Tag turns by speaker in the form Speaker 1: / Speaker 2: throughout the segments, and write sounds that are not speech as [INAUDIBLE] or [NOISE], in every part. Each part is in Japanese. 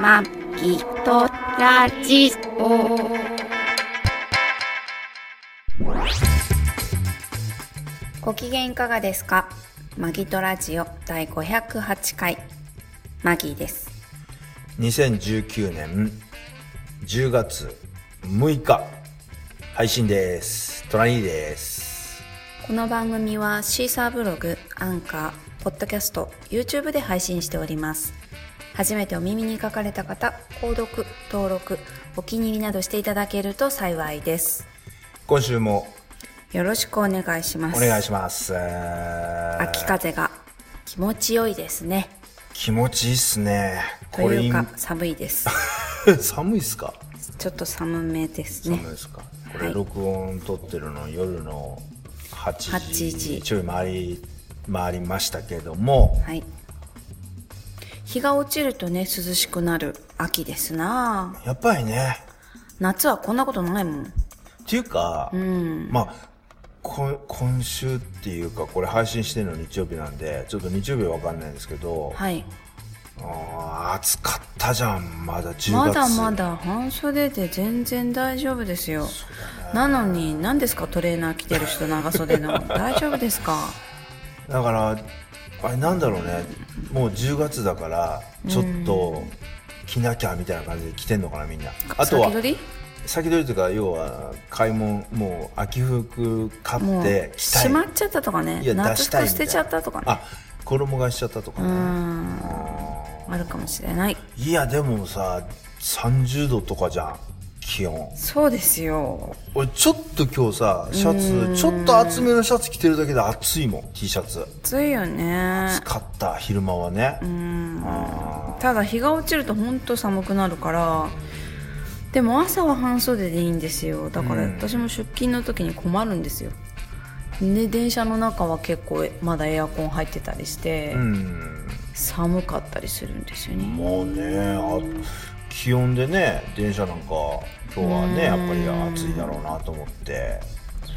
Speaker 1: まきとラジオ。ご機嫌いかがですかマギトラジオ第508回。マギーです。
Speaker 2: 2019年10月6日配信ですトラニーです
Speaker 1: この番組はシーサーブログ、アンカー、ポッドキャスト、YouTube で配信しております。初めてお耳に書かかれた方、購読、登録、お気に入りなどしていただけると幸いです。
Speaker 2: 今週も
Speaker 1: よろしくお願いしま
Speaker 2: お
Speaker 1: す。
Speaker 2: 願いしますえー
Speaker 1: 秋風が気持ちよいですね。
Speaker 2: 気持ちいいっすね
Speaker 1: と
Speaker 2: これ
Speaker 1: いうか寒い
Speaker 2: [LAUGHS]
Speaker 1: です。
Speaker 2: 今寒いっすか
Speaker 1: ちょっと寒めですね
Speaker 2: 寒い。ですかこ
Speaker 1: は
Speaker 2: れ
Speaker 1: い
Speaker 2: 録音撮ってるの夜の8
Speaker 1: 8時
Speaker 2: 時ちょい回り回りましたけども
Speaker 1: はい。日が落ちるとね、涼しくなる秋ですなあ
Speaker 2: やっぱりね
Speaker 1: 夏はこんなことないもん。
Speaker 2: っていうか、まあこ今週っていうかこれ配信してるの日曜日なんでちょっと日曜日は分かんないんですけど、
Speaker 1: はい。
Speaker 2: あー暑かったじゃんまだ10月
Speaker 1: まだまだ半袖で全然大丈夫ですよ。なのに、何ですかトレーナー着てる人長袖
Speaker 2: [LAUGHS]
Speaker 1: の。大丈夫ですか
Speaker 2: だからあれなんだろうねもう10月だからちょっと着なきゃみたいな感じで着てんのかなみんなあとは
Speaker 1: 先取り
Speaker 2: 先取りというか要は買い物もう秋服買
Speaker 1: も
Speaker 2: っ
Speaker 1: う
Speaker 2: て、着た
Speaker 1: し
Speaker 2: い
Speaker 1: まっちゃったとかね
Speaker 2: いや。出
Speaker 1: 夏
Speaker 2: したい
Speaker 1: 服
Speaker 2: みた
Speaker 1: 捨
Speaker 2: い
Speaker 1: てちゃったとかね。
Speaker 2: あ衣替えしちゃったとかね、
Speaker 1: あるかもしれない。
Speaker 2: いやでもさ30度とかじゃん気温
Speaker 1: そうですよ。
Speaker 2: 俺ちょっと今日さシャツちょっと厚めのシャツ着てるだけで暑いもん T シャツ
Speaker 1: 暑いよね。
Speaker 2: 使った昼間はね
Speaker 1: ただ日が落ちると本当寒くなるからでも朝は半袖でいいんですよだから私も出勤の時に困るんですよで電車の中は結構まだエアコン入ってたりして、
Speaker 2: うん
Speaker 1: 寒かったりするんですよね
Speaker 2: もうねあ気温でね電車なんか今日はねやっぱり暑いだろうなと思って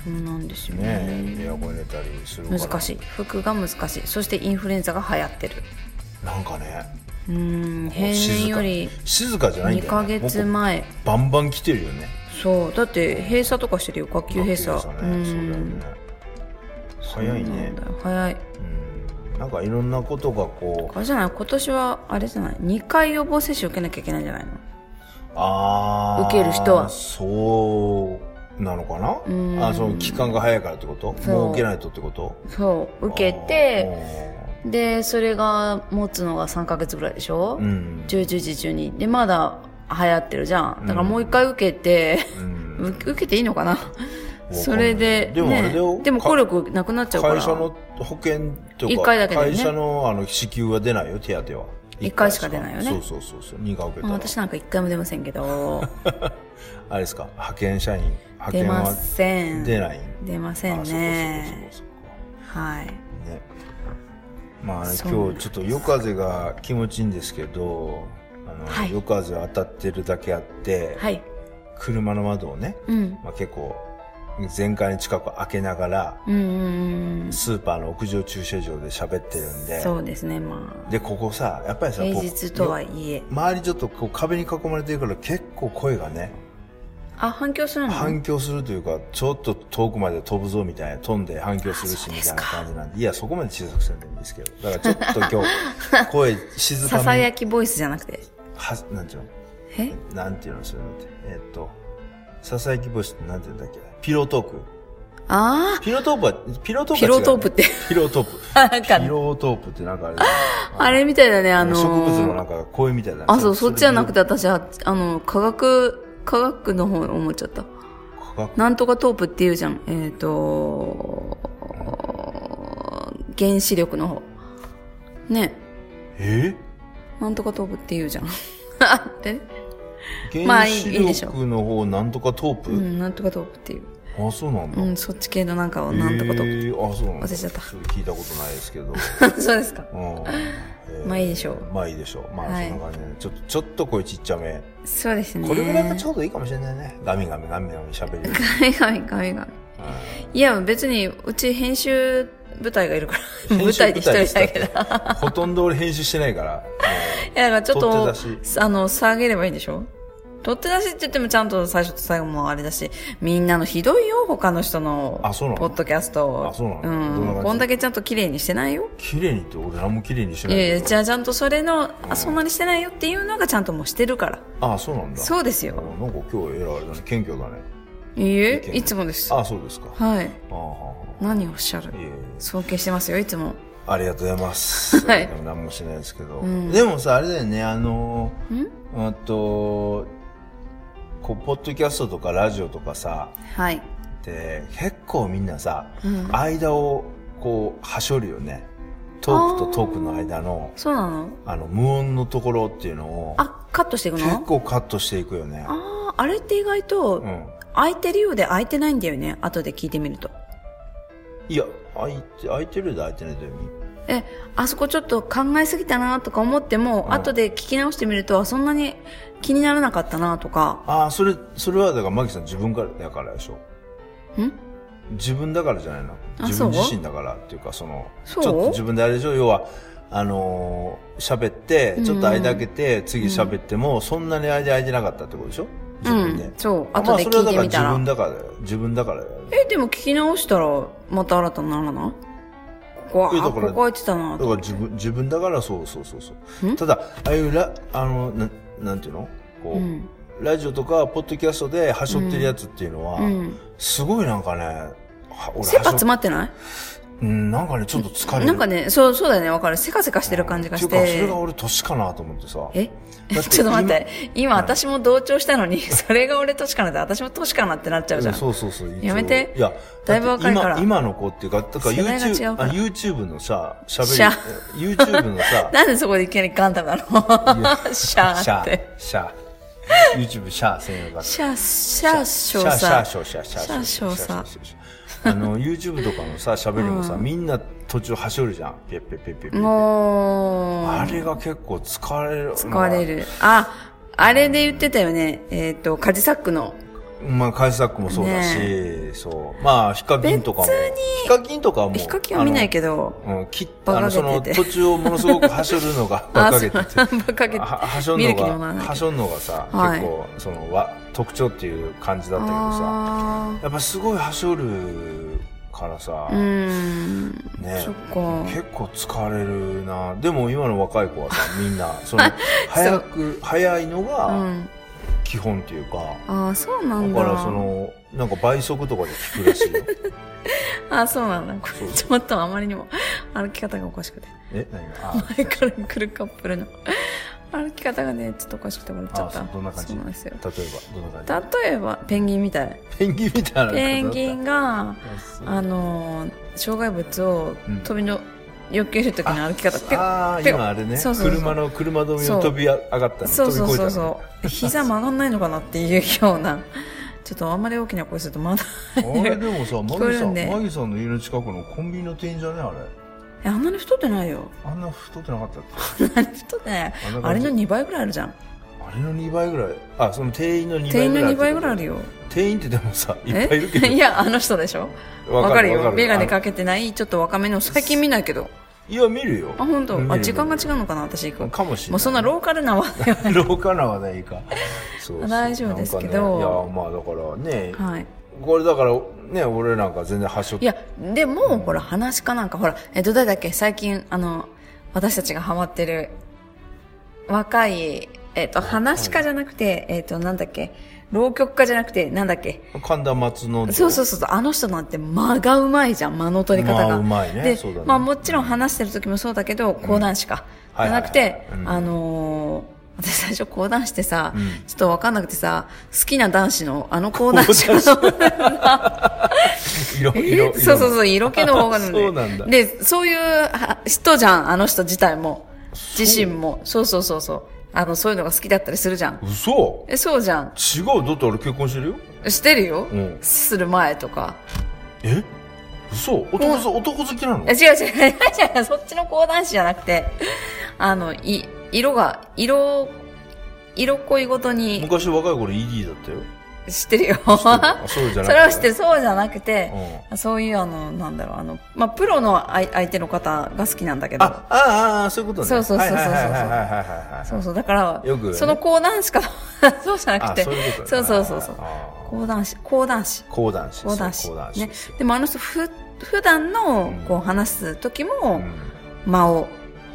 Speaker 1: そうなんですよね
Speaker 2: ねエアコン入れたりするから
Speaker 1: 難しい服が難しいそしてインフルエンザが流行ってる
Speaker 2: なんかね
Speaker 1: うん平年より
Speaker 2: 静か静かじゃないん
Speaker 1: 2
Speaker 2: だよ、
Speaker 1: ヶ
Speaker 2: ね、
Speaker 1: 月
Speaker 2: もうこ
Speaker 1: 前
Speaker 2: うバンバン来てるよね
Speaker 1: そうだって閉鎖とかしてるよ学級閉鎖
Speaker 2: 学級
Speaker 1: う
Speaker 2: ね
Speaker 1: ん
Speaker 2: そうだよね早いね
Speaker 1: なんだよ早い
Speaker 2: うんなんかいろんなことがこ
Speaker 1: あれじゃない今年はあれじゃない2回予防接種受けなきゃいけないんじゃないの
Speaker 2: うあー
Speaker 1: 受ける人は
Speaker 2: そうなのかなあその期間が早いからってこと
Speaker 1: そう
Speaker 2: もう受けないとってこと
Speaker 1: そう受けてでそれが持つのが3ヶ月ぐらいでしょ、
Speaker 2: うんうん
Speaker 1: 10 11時12でまだ流行ってるじゃんだからもう1回受けて、 [LAUGHS]
Speaker 2: うん
Speaker 1: う受けていいのかな
Speaker 2: ない
Speaker 1: それで、ね、
Speaker 2: でもあれだよ
Speaker 1: でも
Speaker 2: か
Speaker 1: 効力なくなっちゃうから
Speaker 2: 会社の保険と
Speaker 1: 一
Speaker 2: か
Speaker 1: 回だけだよね
Speaker 2: 会社のあの支給は出ないよ手当は
Speaker 1: 一回しか出ないよね
Speaker 2: そうそうそうそう2回受け
Speaker 1: まあ
Speaker 2: たら
Speaker 1: 私なんか1回も出ませんけど
Speaker 2: [LAUGHS] あれですか派遣社員派
Speaker 1: 出
Speaker 2: 遣
Speaker 1: ま
Speaker 2: は
Speaker 1: せん
Speaker 2: 出ない
Speaker 1: 出ませんねはい
Speaker 2: ね、まあね
Speaker 1: そう
Speaker 2: 今日ちょっと夜風が気持ちいいんですけどあの、
Speaker 1: はい
Speaker 2: 夜風当たってるだけあって、
Speaker 1: はい
Speaker 2: 車の窓をね、
Speaker 1: うん
Speaker 2: まあ、結構全開に近く開けながら
Speaker 1: うんうん
Speaker 2: スーパーの屋上駐車場で喋ってるん
Speaker 1: うん
Speaker 2: で
Speaker 1: そうですねまあ
Speaker 2: でここさやっぱりさ
Speaker 1: 平
Speaker 2: こう
Speaker 1: 日とはいえ
Speaker 2: 周りちょっとこう壁に囲まれてるから結構声がね
Speaker 1: あ反響するの
Speaker 2: 反響するというかちょっと遠くまで飛ぶぞみたいな飛んで反響するしみたいな感じなんでいやそこまで小さくせんでもいいんですけどだからちょっと今日声 [LAUGHS] 静
Speaker 1: さ
Speaker 2: か
Speaker 1: さ
Speaker 2: めに
Speaker 1: やきボイスじゃなくて
Speaker 2: はなんていうの
Speaker 1: え
Speaker 2: なんていうのそういうのってえーっとささやきボイスってなんていうんだっけピロートーク
Speaker 1: あ
Speaker 2: ピロートープはピロートー
Speaker 1: あ
Speaker 2: プ
Speaker 1: ピロ
Speaker 2: は違う
Speaker 1: ートープって
Speaker 2: ピロートー
Speaker 1: [LAUGHS]
Speaker 2: プ
Speaker 1: なんか
Speaker 2: ピロートープってなんかあれだよ
Speaker 1: [LAUGHS] あれみたいだねあ
Speaker 2: あの
Speaker 1: の
Speaker 2: 植物の
Speaker 1: ー
Speaker 2: なんか声みたいな
Speaker 1: あそうそっちじゃなく
Speaker 2: て
Speaker 1: て私ああの科学科学の方思っちゃったなんとかトープって言うじゃんえっ、ー、と原子力の方ね
Speaker 2: え
Speaker 1: なんとかトープって言うじゃん [LAUGHS] えまあ
Speaker 2: 原
Speaker 1: いい
Speaker 2: 子
Speaker 1: いいでしょ
Speaker 2: 力の方なんとかトープ、
Speaker 1: うんなんとかトープっていう
Speaker 2: あそうなんだ、
Speaker 1: うんそっち系のなんかをなんとかトープ、
Speaker 2: えーあそうなんだ
Speaker 1: 忘れちゃった
Speaker 2: それ聞いたことないです
Speaker 1: [LAUGHS]
Speaker 2: けど、
Speaker 1: そうですか
Speaker 2: うん
Speaker 1: まあいいでしょう
Speaker 2: まあいいでしょうまあ
Speaker 1: はい
Speaker 2: そんな感じで、ちょっとちょっと声ちっちゃめ
Speaker 1: そうですね
Speaker 2: これぐらいがちょうどいいかもしれないねガミガミガミガミ喋るより
Speaker 1: 神々神々いや、別に、うち編集部隊がいるから、[LAUGHS]
Speaker 2: 編
Speaker 1: 舞
Speaker 2: 集
Speaker 1: 台で一人だけど。い
Speaker 2: 舞台でしたってほとんど俺編集してないから。
Speaker 1: や、だ [LAUGHS] からちょっ
Speaker 2: 取
Speaker 1: と
Speaker 2: って出、
Speaker 1: あの、下げればいいんでしょ取って出しって言ってもちゃんと最初と最後もあれだし、みんなのひどいよ、他の人の、
Speaker 2: あそうなの
Speaker 1: ポッドキャストを。
Speaker 2: あそうなのどんな
Speaker 1: う
Speaker 2: 感
Speaker 1: ん。
Speaker 2: じ
Speaker 1: こんだけちゃんと綺麗にしてないよ。
Speaker 2: 綺麗にって俺何も綺麗にして
Speaker 1: い
Speaker 2: ない
Speaker 1: やい
Speaker 2: け
Speaker 1: や、
Speaker 2: ど
Speaker 1: じゃあちゃんとそれの、あ、そんなにしてないよっていうのがちゃんともうしてるから。
Speaker 2: ああ、そうなんだ。
Speaker 1: そうです
Speaker 2: あ
Speaker 1: よ。
Speaker 2: なんか今日えらいあれだね。謙虚だね。
Speaker 1: いい
Speaker 2: いけ
Speaker 1: え、
Speaker 2: る
Speaker 1: いつもです。
Speaker 2: ああ、そうですか。
Speaker 1: はい。
Speaker 2: ああ、は
Speaker 1: 何をおっしゃる
Speaker 2: あいえいえ
Speaker 1: 尊敬してますよ、いつも。
Speaker 2: ありがとうございます。
Speaker 1: はい
Speaker 2: でも何もしないですけど。
Speaker 1: ん
Speaker 2: でもさ、あれだよね、あのー
Speaker 1: ん
Speaker 2: うんと、こう、ポッドキャストとかラジオとかさ、
Speaker 1: はい。
Speaker 2: って結構みんなさ、
Speaker 1: うん
Speaker 2: 間をこう、はしょるよね。トークとトークの間の、
Speaker 1: そうなの
Speaker 2: あの、無音のところっていうのを、
Speaker 1: あ、カットしていく
Speaker 2: 結
Speaker 1: の
Speaker 2: 構カットしていくよね。
Speaker 1: ああ、あれって意外と
Speaker 2: う、ん。
Speaker 1: 空いてるようで空いてないんだよね。後で聞いてみると。
Speaker 2: いや、空いて、空いてるようで空いてないという意味。
Speaker 1: え、あそこちょっと考えすぎたなとか思っても、
Speaker 2: ん
Speaker 1: 後で聞き直してみると、あそんなに気にならなかったなとか。
Speaker 2: ああ、それ、それはだから、マキさん自分からだからでしょ。
Speaker 1: ん
Speaker 2: 自分だからじゃないの。
Speaker 1: あ
Speaker 2: 自分
Speaker 1: そう
Speaker 2: 自身だからっていうか、その、ち
Speaker 1: そ
Speaker 2: ょ
Speaker 1: う
Speaker 2: っと自分であれでしょ、要は、あのー喋って、ちょっと間開けて、次喋っても、そんなに間空いてなかったってことでしょ自
Speaker 1: う
Speaker 2: 分で。
Speaker 1: ん。そう。
Speaker 2: あ
Speaker 1: 後で聞いてみた
Speaker 2: まあ、それはだから自
Speaker 1: ら。
Speaker 2: 分だからだよ。自分だからだよ。
Speaker 1: え、でも聞き直したら、また新たにならないここは、
Speaker 2: えだ
Speaker 1: あ、
Speaker 2: か
Speaker 1: こ
Speaker 2: ら
Speaker 1: こ空いてたな
Speaker 2: だから自分、自分だから、そうそうそうそう。ただ、ああいうラ、あの、ななんていうのこう、
Speaker 1: うん
Speaker 2: ラジオとか、ポッドキャストで、はしょってるやつっていうのは、
Speaker 1: うん。
Speaker 2: すごいなんかね、は俺
Speaker 1: 切羽
Speaker 2: はし
Speaker 1: 詰
Speaker 2: ょ
Speaker 1: まってない
Speaker 2: うん、なんかね、ちょっと疲れる。
Speaker 1: なんかね、そう、そうだよね、わかる。せかせかしてる感じがして
Speaker 2: いうか、それが俺年かなと思ってさ。
Speaker 1: え
Speaker 2: だ
Speaker 1: [LAUGHS] ちょっと待っ
Speaker 2: 今
Speaker 1: て。今私も同調したのに、 [LAUGHS] それが俺年かなって、私も年かなってなっちゃうじゃん。
Speaker 2: そうそうそう。
Speaker 1: やめて
Speaker 2: 一応いや、
Speaker 1: だいぶ若いから
Speaker 2: だって今今の子っていうか、だから
Speaker 1: 世代が違う
Speaker 2: YouTube、
Speaker 1: から
Speaker 2: あ YouTube のさ、喋
Speaker 1: シャ
Speaker 2: り、YouTube
Speaker 1: [LAUGHS]
Speaker 2: のさ、
Speaker 1: なんでそこでいきなりガンダムなの [LAUGHS] シャ
Speaker 2: シ
Speaker 1: ー
Speaker 2: ャ
Speaker 1: って。
Speaker 2: ー、シャー。YouTube シャー専用だ
Speaker 1: シャー、シャー少佐。
Speaker 2: シャーシャーシャーシャー
Speaker 1: シャー少佐
Speaker 2: シャーシャーシャーシャーあの、YouTube とかのさ、喋りもさ、みんな途中走るじゃん。ピッピッピッピッピッ。
Speaker 1: もう、
Speaker 2: あれが結構疲れる。
Speaker 1: 疲れる。あ、あれで言ってたよね。えっ、と、カジサックの。
Speaker 2: まあ、カイサックもそうだし、
Speaker 1: ね
Speaker 2: そう。まあ、ヒカキンとかも。
Speaker 1: 別
Speaker 2: ヒカキンとかはもう。
Speaker 1: ヒカキンは見ないけど。
Speaker 2: ど。うん、切っ
Speaker 1: 馬
Speaker 2: あ
Speaker 1: 鹿
Speaker 2: の、
Speaker 1: げてて
Speaker 2: その、途中をものすごくはしょるのが、ばかげてて。
Speaker 1: [LAUGHS] あそう馬鹿げて
Speaker 2: ははしょん
Speaker 1: 見
Speaker 2: の
Speaker 1: る気にもなら
Speaker 2: が、
Speaker 1: ない
Speaker 2: はしょんのがさ、
Speaker 1: はい
Speaker 2: 結構、その、わ、特徴っていう感じだったけどさ、
Speaker 1: あ
Speaker 2: やっぱすごいはしょるからさ、
Speaker 1: ーうーん。
Speaker 2: ね
Speaker 1: そっか
Speaker 2: 結構疲れるなでも今の若い子はさ、みん
Speaker 1: [LAUGHS]
Speaker 2: な、その、早く、早いの
Speaker 1: う
Speaker 2: が
Speaker 1: ん。
Speaker 2: 基本っていうか、
Speaker 1: ああ、そうなんだ。
Speaker 2: だからそのなんか倍速とかで聞くらしいよ [LAUGHS]
Speaker 1: あ、そうなんだ。こ
Speaker 2: そ
Speaker 1: れ
Speaker 2: う
Speaker 1: ちょっとあまりにも歩き方がおかしくて。
Speaker 2: え何があ
Speaker 1: 前から来るカップルの歩き方がね、ちょっとおかしくて笑っちゃっ
Speaker 2: あ
Speaker 1: た。
Speaker 2: そうどんな感
Speaker 1: そ
Speaker 2: じ
Speaker 1: うなんですよ。
Speaker 2: 例えばどん
Speaker 1: [LAUGHS]
Speaker 2: な感
Speaker 1: 例えば、ペンギンみたい。
Speaker 2: じペンギンみたいな
Speaker 1: ペンギンが、
Speaker 2: あ
Speaker 1: あのー、障害物を
Speaker 2: うん
Speaker 1: 飛びの、避けるときの歩き方、ピュッ
Speaker 2: ああ
Speaker 1: ピョン
Speaker 2: 今あれね
Speaker 1: そうそうそう
Speaker 2: 車の車止め
Speaker 1: そ
Speaker 2: を
Speaker 1: う
Speaker 2: 飛びあ上がったの
Speaker 1: そう
Speaker 2: 飛び
Speaker 1: そうそ
Speaker 2: 越え
Speaker 1: う
Speaker 2: たの
Speaker 1: そう。膝曲がんないのかなっていうような。 [LAUGHS] ちょっとあんまり大きな声するとまだ。
Speaker 2: あれでもさマ
Speaker 1: こえ
Speaker 2: ギ
Speaker 1: る
Speaker 2: さん
Speaker 1: んで
Speaker 2: マギさんの家の近くのコンビニの店員じゃねあれ
Speaker 1: え、あんなに太ってないよ。
Speaker 2: あんな太ってなかったっけ
Speaker 1: あんなに太ってない
Speaker 2: あんな感。じ
Speaker 1: あれの2倍ぐらいあるじゃん。
Speaker 2: あれの2倍ぐらいあその店員の2
Speaker 1: 店
Speaker 2: 倍
Speaker 1: 員
Speaker 2: ぐ
Speaker 1: の
Speaker 2: らい
Speaker 1: 2倍ぐらいあ
Speaker 2: い
Speaker 1: るよ。
Speaker 2: 店員ってでもさいっぱいいるけど
Speaker 1: えいや、あの人でしょわかるよ。メガネかけてない、ちょっと若めの、最近見ないけど。
Speaker 2: いや見るよ
Speaker 1: あ、本当。
Speaker 2: 見る
Speaker 1: あ、
Speaker 2: 見る
Speaker 1: 時間が違うのかな、私行く。
Speaker 2: かもしれない
Speaker 1: もうそん
Speaker 2: [LAUGHS]
Speaker 1: なローカルな話題は
Speaker 2: 廊下な話題か。そうそう
Speaker 1: 大丈夫ですけど
Speaker 2: なんかねいや、まあだからね、
Speaker 1: はい。
Speaker 2: これだからね、俺なんか全然発症
Speaker 1: いや、でも、ほら、話かなんか、ほら、えっと、誰だっけ最近、あの、私たちがハマってる、若い、えっと、話家じゃなくて、えっと、なんだっけ浪曲家じゃなくて、なんだっけ
Speaker 2: 神田松の。
Speaker 1: そうそううそうそう、あの人なんて間がうまいじゃん、間の取り方
Speaker 2: ま
Speaker 1: が。
Speaker 2: あうまいね
Speaker 1: で、
Speaker 2: そうだね
Speaker 1: まあもちろん話してる時もそうだけど、講談師か。じ
Speaker 2: はい
Speaker 1: ゃ
Speaker 2: は
Speaker 1: な
Speaker 2: いはい
Speaker 1: くて、
Speaker 2: うん
Speaker 1: あのー私最初講談してさ、
Speaker 2: うん
Speaker 1: ちょっとわかんなくてさ、好きな男子のあの講談師の、
Speaker 2: 色、色、色。
Speaker 1: [LAUGHS] そうそうそう、色気の方が
Speaker 2: そうなんだ
Speaker 1: で、そういうは人じゃん、あの人自体も。自身も。そうそうそうそう。あの、そういうのが好きだったりするじゃん。
Speaker 2: 嘘
Speaker 1: え、そうじゃん。
Speaker 2: 違う。だって俺結婚してるよ。
Speaker 1: してるよ、
Speaker 2: うん
Speaker 1: する前とか。
Speaker 2: え嘘男好き、男好きなの
Speaker 1: え違う違う、 [LAUGHS] 違う違う、そっちの講談師じゃなくて、あの、い、色が、色、色恋ごとに、
Speaker 2: 昔若い頃 ED だったよ。
Speaker 1: 知ってるよ。
Speaker 2: あそうじゃなくて
Speaker 1: それは知ってる。そうじゃなくて、
Speaker 2: う
Speaker 1: そういうあの、なんだろう、あの、まあ、プロの相相手の方が好きなんだけ
Speaker 2: あ、
Speaker 1: ど。
Speaker 2: ああ、ああ、そういうことね。
Speaker 1: そうそうそうそうそう
Speaker 2: はいはいはいはいはいはい。
Speaker 1: そうそう、だから、
Speaker 2: よくね
Speaker 1: その講談師か [LAUGHS] と、そうじゃなくて、
Speaker 2: あそういうことね
Speaker 1: そうそうそうそう
Speaker 2: あー
Speaker 1: 講談師、講談師、
Speaker 2: 講談師。
Speaker 1: 講談師。
Speaker 2: そう講談師
Speaker 1: ね
Speaker 2: です、よ
Speaker 1: でもあの人、ふ、普段の
Speaker 2: うん、
Speaker 1: こう、話す時
Speaker 2: う
Speaker 1: も、
Speaker 2: ん
Speaker 1: 間を、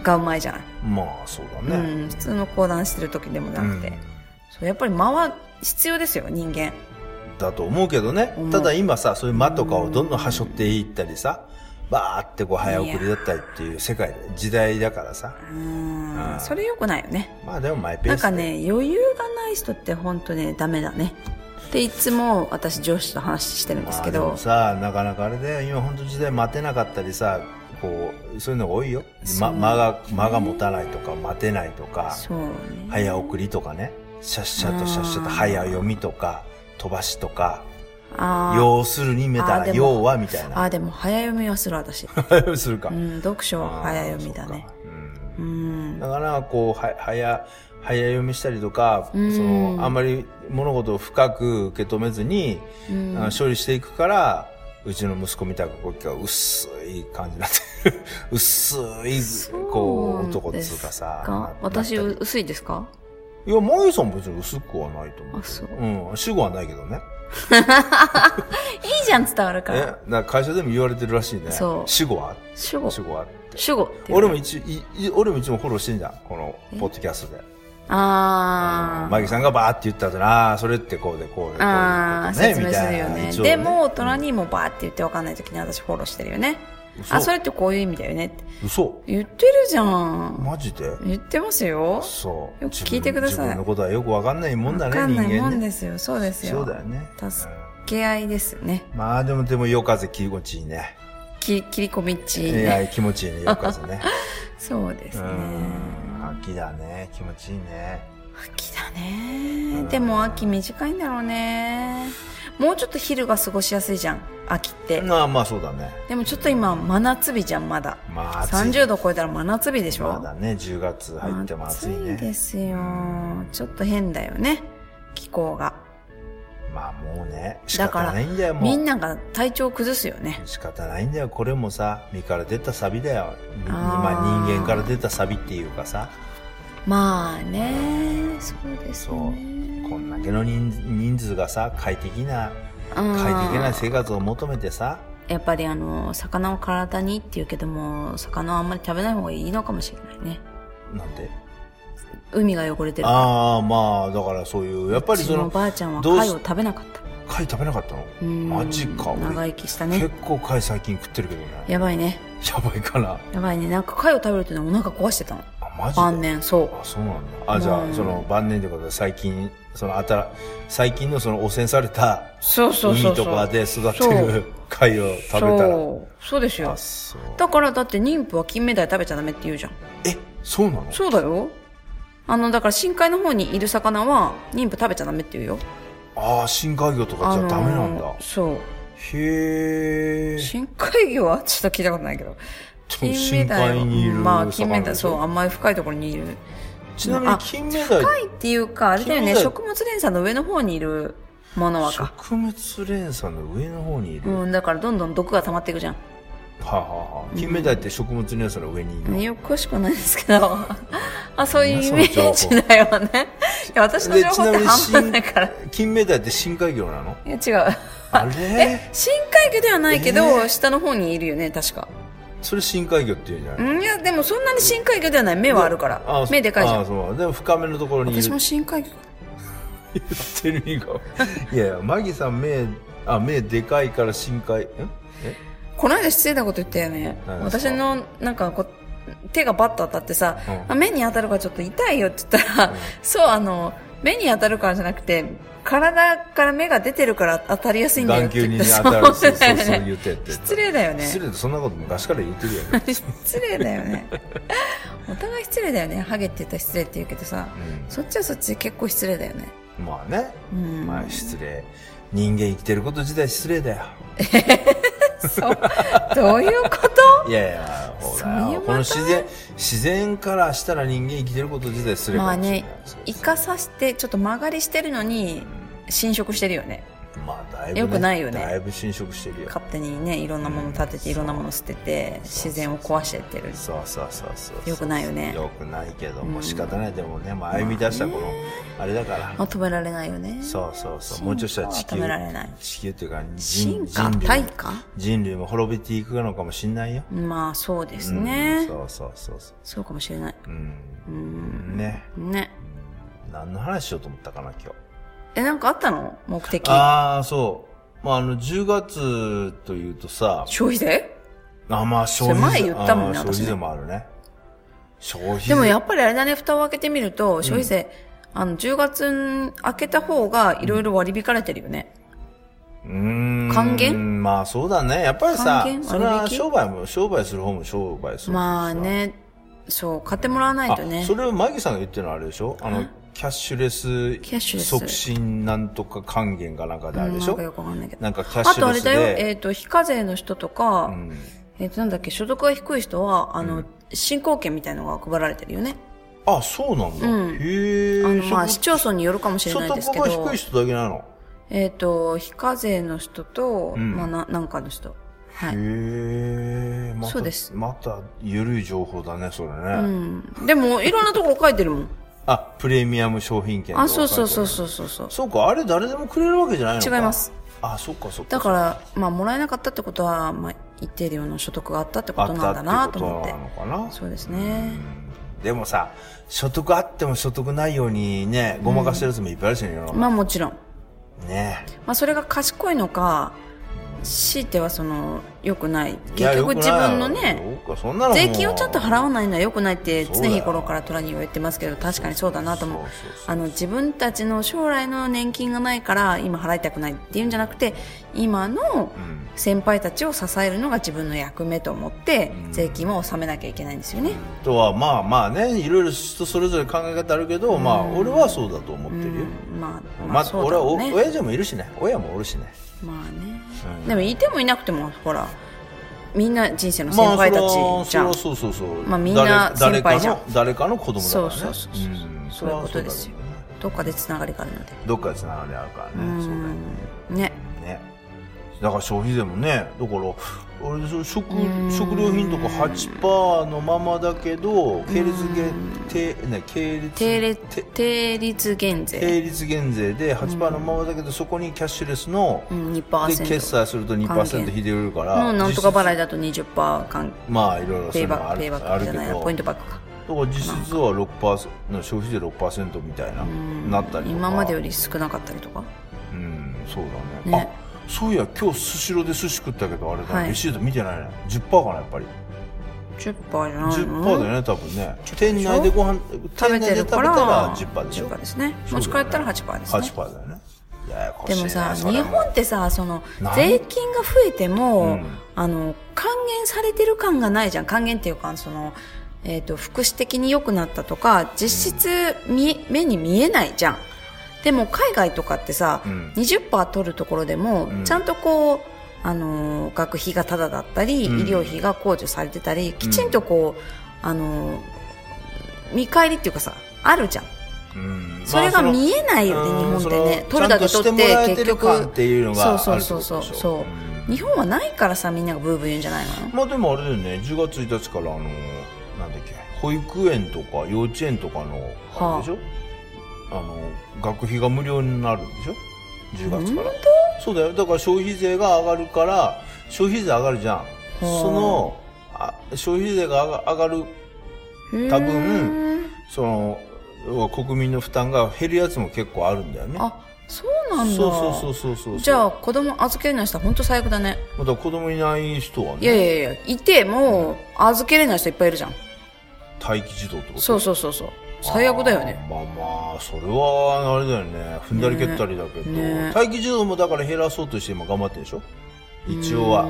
Speaker 1: がうまいじゃない。
Speaker 2: まあ、そうだね。
Speaker 1: うん、普通の講談してる時でもなくて。
Speaker 2: うん
Speaker 1: そう、やっぱり間は必要ですよ、人間。
Speaker 2: だと思うけどね
Speaker 1: 思。う
Speaker 2: ただ今さ、そういう間とかをどんどんはしょっていったりさ、バーってこう早送りだったりっていう世界、時代だからさ。
Speaker 1: うー
Speaker 2: あー
Speaker 1: ん、それ良くないよね。
Speaker 2: まあでもマイペ
Speaker 1: な
Speaker 2: ー
Speaker 1: ん
Speaker 2: ス
Speaker 1: か
Speaker 2: で
Speaker 1: ね、余裕がない人って本当ね、ダメだね。っていつも私上司と話してるんですけ
Speaker 2: まあ
Speaker 1: ど
Speaker 2: も、さなかなかあれだよ今本当時代待てなかったりさこうそういうのが多いよ、ま、間が間が持たないとか待てないとか
Speaker 1: そうね。
Speaker 2: 早送りとかねシャッシャとシャッシャと
Speaker 1: あー
Speaker 2: 早読みとか飛ばしとか
Speaker 1: あー
Speaker 2: 要するにみたい
Speaker 1: あー
Speaker 2: な
Speaker 1: でも
Speaker 2: 要はみたい
Speaker 1: あ
Speaker 2: な
Speaker 1: ー、でも早読みはする私。
Speaker 2: するか、
Speaker 1: うん、読書は早読みだね
Speaker 2: あー。そうかうん
Speaker 1: う
Speaker 2: だ
Speaker 1: ん。
Speaker 2: からこうは早早読みしたりとか、
Speaker 1: うん
Speaker 2: そのあんまり物事を深く受け止めずに、
Speaker 1: うん
Speaker 2: あの処理していくからうちの息子みたいなこう今日は薄い感じになってる [LAUGHS] 薄いこう男っつうかさ
Speaker 1: が
Speaker 2: ななったり
Speaker 1: 私薄いですか
Speaker 2: いやマユさんも別に薄くはないと思う
Speaker 1: あそう
Speaker 2: うん主語はないけどね
Speaker 1: いいじゃん伝わるか
Speaker 2: え
Speaker 1: ら。
Speaker 2: なんか会社でも言われてるらしいね
Speaker 1: そう
Speaker 2: 主語は
Speaker 1: 主語。
Speaker 2: 主語はって
Speaker 1: 主語っていう
Speaker 2: 俺も一いい俺も一応フォローしてんじゃんこのポッドキャストで
Speaker 1: あー。
Speaker 2: マギさんがバーって言った後にああそれってこうでこうでこうでこう
Speaker 1: ああ、説明するよ
Speaker 2: みたいな
Speaker 1: ね。
Speaker 2: 一応
Speaker 1: でも、大人にもバーって言ってわかんないときに私フォローしてるよね。
Speaker 2: 嘘
Speaker 1: あ、それってこういう意味だよねって。
Speaker 2: 嘘
Speaker 1: 言ってるじゃん。
Speaker 2: マジで
Speaker 1: 言ってますよ。
Speaker 2: そう。
Speaker 1: よく聞いてください
Speaker 2: 自分自分のことはよくわかんないもんだ
Speaker 1: わ
Speaker 2: ね、
Speaker 1: かんない
Speaker 2: 人
Speaker 1: も
Speaker 2: 間
Speaker 1: ん
Speaker 2: ね。
Speaker 1: ですよ。そうですよ。
Speaker 2: そうだよね。
Speaker 1: 助け合いですよね。
Speaker 2: まあでも、でも、夜風気持ちいいね。
Speaker 1: き、切り込みっち
Speaker 2: い
Speaker 1: ね。
Speaker 2: や、気持ちいいね、夜
Speaker 1: [LAUGHS]
Speaker 2: 風ね。
Speaker 1: そうです
Speaker 2: う
Speaker 1: ね。
Speaker 2: ん。秋だね、気持ちいいね。
Speaker 1: 秋だね。でも秋短いんだろうね。もうちょっと昼が過ごしやすいじゃん。秋って。
Speaker 2: まあまあ、そうだね。
Speaker 1: でもちょっと今、真夏日じゃん、まだ。
Speaker 2: まあ、暑い。
Speaker 1: 30度超えたら真夏日でしょ。
Speaker 2: まだね、10月入っても暑いね。
Speaker 1: ですよ。ちょっと変だよね。気候が。
Speaker 2: まあもうね、仕
Speaker 1: だか
Speaker 2: 方
Speaker 1: ら
Speaker 2: ないんだよ、、も
Speaker 1: み。
Speaker 2: うん
Speaker 1: なが体調崩すよね。
Speaker 2: 仕方ないんだよ、これもさ、身から出たサビだよ。に
Speaker 1: あー
Speaker 2: まあ人間から出たサビっていうかさ。
Speaker 1: まあね、そうです
Speaker 2: そう
Speaker 1: ね。
Speaker 2: こんだけの人人数がさ快適な
Speaker 1: うん
Speaker 2: 快適な生活を求めてさ
Speaker 1: やっぱりあの、魚を体にっていうけども、魚はあんまり食べない方がいいのかもしれないね。
Speaker 2: なんで
Speaker 1: 海が汚れてるから。
Speaker 2: ああまあだからそういうやっぱ
Speaker 1: う
Speaker 2: り
Speaker 1: ち
Speaker 2: そ
Speaker 1: のお
Speaker 2: の
Speaker 1: ばあちゃんは
Speaker 2: どうし
Speaker 1: 貝を食べなかった。
Speaker 2: 貝食べなかったの
Speaker 1: うん
Speaker 2: マジか俺
Speaker 1: 長生きした
Speaker 2: 結
Speaker 1: ね。
Speaker 2: 構貝最近食ってるけどねや
Speaker 1: やばいね。
Speaker 2: ばいかな
Speaker 1: やばいね。なんか貝を食べるとね、お腹壊してたの。
Speaker 2: あマジで
Speaker 1: 晩年、そう。
Speaker 2: あそうなんだあじゃ
Speaker 1: う
Speaker 2: あ
Speaker 1: ん
Speaker 2: その晩年ということで最近そのあたら最近のその汚染された
Speaker 1: そうそうそうそう。
Speaker 2: 海とかで育
Speaker 1: そ
Speaker 2: て
Speaker 1: う
Speaker 2: る貝を食べたら
Speaker 1: そうそうですよ
Speaker 2: あそう
Speaker 1: だからだって妊婦は金目鯛食べちゃダメって言うじゃん
Speaker 2: えそうなの
Speaker 1: そうだよあのだから深海の方にいる魚は妊婦食べちゃダメって言うよ
Speaker 2: ああ深海魚とか
Speaker 1: あ
Speaker 2: じ
Speaker 1: の
Speaker 2: ゃ
Speaker 1: ー
Speaker 2: ダメなんだ
Speaker 1: そう
Speaker 2: へえ
Speaker 1: 深海魚はちょっと聞いたことないけど
Speaker 2: ちょっと深海にいる魚でしょ
Speaker 1: まあ金目鯛そうあんまり深いところにいる
Speaker 2: ちなみに
Speaker 1: あ
Speaker 2: 金目鯛
Speaker 1: 深いっていうかあれだよね
Speaker 2: 金目鯛
Speaker 1: 食物連鎖の上の方にいるものはか
Speaker 2: 植物連鎖の上の方にいる、は
Speaker 1: うんだからどんどん毒が溜まっていくじゃん
Speaker 2: あはあはあ金目鯛って植物連鎖の上にいる、
Speaker 1: よく詳しくはないですけど [LAUGHS] あそういうイメージ
Speaker 2: その
Speaker 1: だよねいや私の情報って半端ないから
Speaker 2: 新金目鯛って深海魚なの
Speaker 1: いや違う
Speaker 2: あれ
Speaker 1: 深海魚ではないけど、
Speaker 2: えー
Speaker 1: 下の方にいるよね確か
Speaker 2: それ深海魚っていうんじゃない
Speaker 1: んいやでもそんなに深海魚ではない目はあるから
Speaker 2: あ
Speaker 1: 目でかいじゃ
Speaker 2: あ
Speaker 1: ん
Speaker 2: そうでも深めのところにいる
Speaker 1: 私も深海魚
Speaker 2: 言ってる意味がいやいやマギさん目あ目でかいから深海んえ
Speaker 1: この間失礼なこと言ったよね
Speaker 2: 何です
Speaker 1: 私
Speaker 2: か
Speaker 1: のなんかこう手がバッと当たってさ、
Speaker 2: うん
Speaker 1: あ目に当たるからちょっと痛いよって言ったら、 [LAUGHS] そうあの目に当たるからじゃなくて体から目が出てるから当たりやすいんだよ
Speaker 2: 眼
Speaker 1: って
Speaker 2: 球に
Speaker 1: 言っ
Speaker 2: ね
Speaker 1: た
Speaker 2: 当たる
Speaker 1: そ
Speaker 2: そううそ
Speaker 1: だよ
Speaker 2: うそう
Speaker 1: ね
Speaker 2: 言ってって
Speaker 1: 失礼だよね
Speaker 2: 失礼だそんなこと昔から言ってるよね
Speaker 1: [LAUGHS] 失礼だよねお互い失礼だよねハゲって言ったら失礼って言うけどさ、そっちはそっちで結構失礼だよね
Speaker 2: まあね、
Speaker 1: うん
Speaker 2: まあ失礼。人間生きてること自体失礼だよ。
Speaker 1: そうどういうこと
Speaker 2: いやいや、ほ
Speaker 1: そういう
Speaker 2: ら、
Speaker 1: 問題
Speaker 2: この自然、自然からしたら人間生きてること自体失礼
Speaker 1: ま
Speaker 2: か
Speaker 1: あ
Speaker 2: もしれない。
Speaker 1: ね
Speaker 2: そうそう
Speaker 1: イカさしてちょっと曲がりしてるのに侵食してるよね
Speaker 2: まあだいぶ、ね、
Speaker 1: よくないよね
Speaker 2: だいぶ侵食してるよ
Speaker 1: 勝手にねいろんなもの立てて、いろんなもの捨てて自然を壊してってる
Speaker 2: そうそうそうそう
Speaker 1: よくないよね
Speaker 2: よくないけどもう仕方ない、でもね、まあ、歩み出したこの、あれだから
Speaker 1: まあ止められないよね
Speaker 2: そうそうそうもうちょっとしたら地球
Speaker 1: 止められない
Speaker 2: 地球っていうか人
Speaker 1: 進化
Speaker 2: 人類
Speaker 1: 退
Speaker 2: も
Speaker 1: 化
Speaker 2: 人類も滅びていくのかもしんないよ、
Speaker 1: まあそうです
Speaker 2: うん
Speaker 1: ね、
Speaker 2: そうそうそうそ
Speaker 1: そうかもしれないう
Speaker 2: うん
Speaker 1: うん
Speaker 2: ね
Speaker 1: ね
Speaker 2: 何の話しようと思ったかな今日
Speaker 1: えなんかあったの目的
Speaker 2: ああそうまああの10月というとさ
Speaker 1: 消費税
Speaker 2: あまあ消費
Speaker 1: そ
Speaker 2: 税
Speaker 1: れ前言ったもんね
Speaker 2: あー消
Speaker 1: 私
Speaker 2: 費
Speaker 1: ね
Speaker 2: 税もあるね消費税
Speaker 1: でもやっぱりあれだね、蓋を開けてみると、消費税、あの、10月開けた方がいろいろ割り引かれてるよね。
Speaker 2: うーん
Speaker 1: 還元
Speaker 2: まあそうだねやっぱりさ
Speaker 1: 還元
Speaker 2: それは
Speaker 1: 割引
Speaker 2: 商売も商売する方も商売する
Speaker 1: まあね、そう、買ってもらわないとね
Speaker 2: あ。それをマギさんが言ってるのはあれでしょあのキャッシュレス
Speaker 1: キャッシュレス
Speaker 2: 促進なんとか還元かなんかであれでし
Speaker 1: なん
Speaker 2: ょ
Speaker 1: かよくわかんないけど。
Speaker 2: なんかキャッ
Speaker 1: あ
Speaker 2: シ
Speaker 1: とあ
Speaker 2: ュレ
Speaker 1: れ
Speaker 2: ス
Speaker 1: だよ、
Speaker 2: で
Speaker 1: えっ、と、非課税の人とか、えっ、と、なんだっけ、所得が低い人は、あの、振興券みたいのが配られてるよね。
Speaker 2: あそうなんだ、へえ
Speaker 1: あの、まあ、市町村によるかもしれないですけ
Speaker 2: 所得が
Speaker 1: ど
Speaker 2: 低い、人だけなの
Speaker 1: えっ、と、非課税の人と、
Speaker 2: ん
Speaker 1: まあ、な、なんかの人。はい。
Speaker 2: へえまた
Speaker 1: そうです
Speaker 2: また緩い情報だねそれね、
Speaker 1: うん。でも、いろんなところ書いて
Speaker 2: [LAUGHS]
Speaker 1: るもん。
Speaker 2: あプレミアム商品券
Speaker 1: あ、そうそう
Speaker 2: そう
Speaker 1: そうそうそうそう。
Speaker 2: そうかあれ誰でもくれるわけじゃないのか
Speaker 1: 違います
Speaker 2: あそっかそっか
Speaker 1: だから、まあ、もらえなかったってことは、まあ、一定量の所得があったってこ
Speaker 2: あ
Speaker 1: と
Speaker 2: っ
Speaker 1: な
Speaker 2: た
Speaker 1: んだな
Speaker 2: って
Speaker 1: と
Speaker 2: こ
Speaker 1: 思
Speaker 2: と
Speaker 1: って
Speaker 2: な。のかな
Speaker 1: そうですね。
Speaker 2: でもさ所得あっても所得ないようにねごまかしてるやつもいっぱいあるしね、世の中
Speaker 1: まあ、もちろん。ま
Speaker 2: ね
Speaker 1: あ、それが賢いのか、強いてはその、良くない。
Speaker 2: いや
Speaker 1: 結局
Speaker 2: よく
Speaker 1: 自
Speaker 2: ない
Speaker 1: 分のね、
Speaker 2: そうかそんなのもう
Speaker 1: 税金をちゃんと払わないのは良くないって
Speaker 2: そう
Speaker 1: 常
Speaker 2: だよ
Speaker 1: 日頃からトラには言ってますけど、確かにそうだなと思う
Speaker 2: そうそうそう。
Speaker 1: あの、自分たちの将来の年金がないから、今払いたくないっていうんじゃなくて、今の
Speaker 2: うん
Speaker 1: 先輩たちを支えるのが自分の役目と思って、税金は納めなきゃいけないんですよね。
Speaker 2: あとはまあまあねいろいろ人それぞれ考え方あるけど、まあ俺はそうだと思ってるよ、
Speaker 1: まあ、ま
Speaker 2: ま
Speaker 1: あ、
Speaker 2: あ、
Speaker 1: そう
Speaker 2: 俺
Speaker 1: だ
Speaker 2: は
Speaker 1: ろう
Speaker 2: お
Speaker 1: ね。
Speaker 2: 親父もいるしね親もおるしね
Speaker 1: まあね、
Speaker 2: うん
Speaker 1: でもいてもいなくても、ほら、みんな人生の先輩たちじゃん。
Speaker 2: まあ、それはそれはそうそうそう、
Speaker 1: まあみんな
Speaker 2: 誰
Speaker 1: 先輩じゃん
Speaker 2: 誰かの誰かの子供だから
Speaker 1: そ
Speaker 2: ね
Speaker 1: うそうそうそうんそういうことですよ
Speaker 2: それはそうだけどね
Speaker 1: どっかでつながりがあるので。
Speaker 2: どっかでつながりあるからね、そうだよね
Speaker 1: ね。
Speaker 2: ねだから消費税もねだからあれでしょ食食料品とか8%のままだけど系列減定ね系列
Speaker 1: 定列
Speaker 2: て、
Speaker 1: 定率減税。
Speaker 2: 定率減税で8%のままだけど、そこにキャッシュレスの、
Speaker 1: うん、
Speaker 2: で決
Speaker 1: 2%。
Speaker 2: 済すると2%引いてくれるから
Speaker 1: のなんとか払い
Speaker 2: い
Speaker 1: だと20%還
Speaker 2: まあいろいろそう
Speaker 1: ペ
Speaker 2: い
Speaker 1: イ
Speaker 2: うのが
Speaker 1: バッ
Speaker 2: あ
Speaker 1: ク、ペイ
Speaker 2: る
Speaker 1: バ
Speaker 2: あ
Speaker 1: ック
Speaker 2: る
Speaker 1: じゃ
Speaker 2: け
Speaker 1: ない
Speaker 2: ど
Speaker 1: や、ポイントバックか。
Speaker 2: だから実質は6%の消費税6%みたいななったりとか
Speaker 1: 今までより少なかったりとか。
Speaker 2: うんそうだね
Speaker 1: ね
Speaker 2: あそういや今日スシローで寿司食ったけどあれだ、ね
Speaker 1: はい
Speaker 2: レシート見てないね10%かなやっぱり
Speaker 1: 10%じゃないの
Speaker 2: 10%だよね多分ね
Speaker 1: 10%でしょ
Speaker 2: 店内でご飯
Speaker 1: 食
Speaker 2: 店
Speaker 1: べ
Speaker 2: 内
Speaker 1: て
Speaker 2: で
Speaker 1: る
Speaker 2: 食べ
Speaker 1: か
Speaker 2: た
Speaker 1: ら、
Speaker 2: ら10%でしょ
Speaker 1: 10%ですね。持ち帰ったら8%ですね。
Speaker 2: 8%だよねややこし
Speaker 1: で
Speaker 2: いね
Speaker 1: もさ、
Speaker 2: それ
Speaker 1: 日本ってさ、その
Speaker 2: なん、
Speaker 1: 税金が増えても、
Speaker 2: うん
Speaker 1: あの、還元されてる感がないじゃん。還元っていうか、その、えっ、と、福祉的に良くなったとか、実質見え、目に見えないじゃん。でも、海外とかってさ、
Speaker 2: うん
Speaker 1: 20%取るところでも、
Speaker 2: うん
Speaker 1: ちゃんとこう、あのー、学費がタダだったり、
Speaker 2: うん
Speaker 1: 医療費が控除されてたり、きちんとこう、あのー、見返りっていうかさ、あるじゃん。
Speaker 2: うん
Speaker 1: それが
Speaker 2: まあ
Speaker 1: 見えないよね、
Speaker 2: うん
Speaker 1: 日本ってね
Speaker 2: そ
Speaker 1: 取
Speaker 2: の
Speaker 1: るだけ取っ
Speaker 2: ちゃんとしてもら
Speaker 1: て
Speaker 2: えて
Speaker 1: 結
Speaker 2: る
Speaker 1: 局
Speaker 2: 感っていうのがある
Speaker 1: そうそうそう
Speaker 2: って
Speaker 1: そう
Speaker 2: こ
Speaker 1: そ
Speaker 2: とでしょ
Speaker 1: うう日本はないからさみんながブーブー言うんじゃないの
Speaker 2: まあでもあれだよね10月1日からあのなんだっけ保育園とか幼稚園とかのあれでしょ、あ、の学費が無料になるんでしょ10月からそうだよだから消費税が上がるから消費税上がるじゃんそ
Speaker 1: ほう
Speaker 2: のあ消費税が上が上がる多分その要は国民の負担が減るやつも結構あるんだよね
Speaker 1: あそうなんだ
Speaker 2: そうそうそうそうそう
Speaker 1: じゃ
Speaker 2: あ
Speaker 1: あ子供預けれない人は本当最悪だね
Speaker 2: また子供いない人はい
Speaker 1: やい
Speaker 2: ね
Speaker 1: やいやいても預けれない人いっぱいいるじゃん
Speaker 2: 待機児童ってこと
Speaker 1: そうそうそうそう最悪だよね
Speaker 2: あーまあまあそれはあれだよね踏んだり蹴ったりだけど、
Speaker 1: ね
Speaker 2: 待機児童もだから減らそうとして今頑張ってるでしょ一応は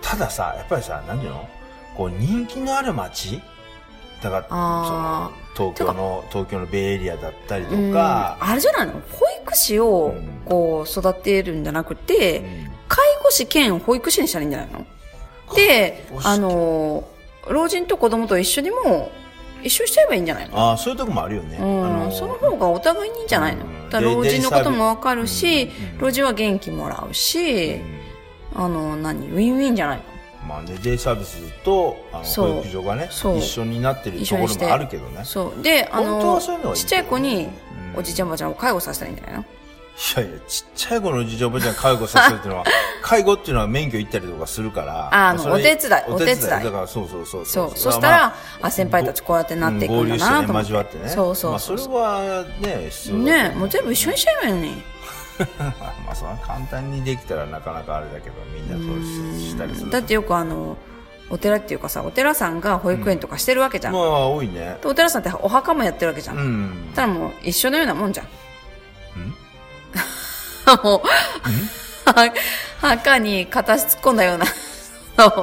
Speaker 2: たださやっぱりさ何ていうのこう人気のある街だから
Speaker 1: あ
Speaker 2: その東京の東京のベイエリアだったりとか
Speaker 1: あれじゃないの保育士を
Speaker 2: うん
Speaker 1: こう育てるんじゃなくて、
Speaker 2: うん
Speaker 1: 介護士兼保育士にしたらいいんじゃないので
Speaker 2: 護、士
Speaker 1: あの、老人と子供と一緒にも、一緒にしちゃえばいいんじゃないの
Speaker 2: ああそういうとこもあるよね、
Speaker 1: うん、
Speaker 2: あ
Speaker 1: その方がお互いにいいんじゃないの、
Speaker 2: うん
Speaker 1: だから老人のこともわかるし、
Speaker 2: うん
Speaker 1: 老人は元気もらうし、あの何ウィンウィンじゃないの
Speaker 2: まあね、デイサービスとあの
Speaker 1: そう
Speaker 2: 保育所がね
Speaker 1: そう
Speaker 2: 一緒になってる
Speaker 1: 一
Speaker 2: と
Speaker 1: 緒
Speaker 2: こ
Speaker 1: に
Speaker 2: ろ
Speaker 1: して
Speaker 2: もあるけどね
Speaker 1: そうであ
Speaker 2: 本当
Speaker 1: の
Speaker 2: はそういうのはいい
Speaker 1: ちっちゃい子に
Speaker 2: うん
Speaker 1: おじいちゃんおばあちゃんを介護させたらいいんじゃないの
Speaker 2: いやいやちっちゃい子のおじいちゃんおばあちゃん介護させる
Speaker 1: [LAUGHS]
Speaker 2: っていうのは介護っていうのは免許行ったりとかするから
Speaker 1: ああの
Speaker 2: それ
Speaker 1: お手伝いお手伝い
Speaker 2: だからそうそうそう
Speaker 1: そうそし
Speaker 2: ま
Speaker 1: た
Speaker 2: あ
Speaker 1: ら、あ、先輩たちこうやってなっていくんだなと
Speaker 2: うん合
Speaker 1: 思っ
Speaker 2: 流しててね交わってね
Speaker 1: そうそうそう
Speaker 2: まあ、それはね必要だ
Speaker 1: ねえもう全部一緒にしちゃえばいいのに
Speaker 2: [LAUGHS] まあそんな簡単にできたらなかなかあれだけどみんなそうししたりする
Speaker 1: だってよくあのお寺っていうかさお寺さんが保育園とかしてるわけじゃん、
Speaker 2: まあ多いね
Speaker 1: でお寺さんってお墓もやってるわけじゃん、
Speaker 2: うん
Speaker 1: たらもう一緒のようなもんじゃん。 [LAUGHS] もう、は墓に片足突っ込んだようなそ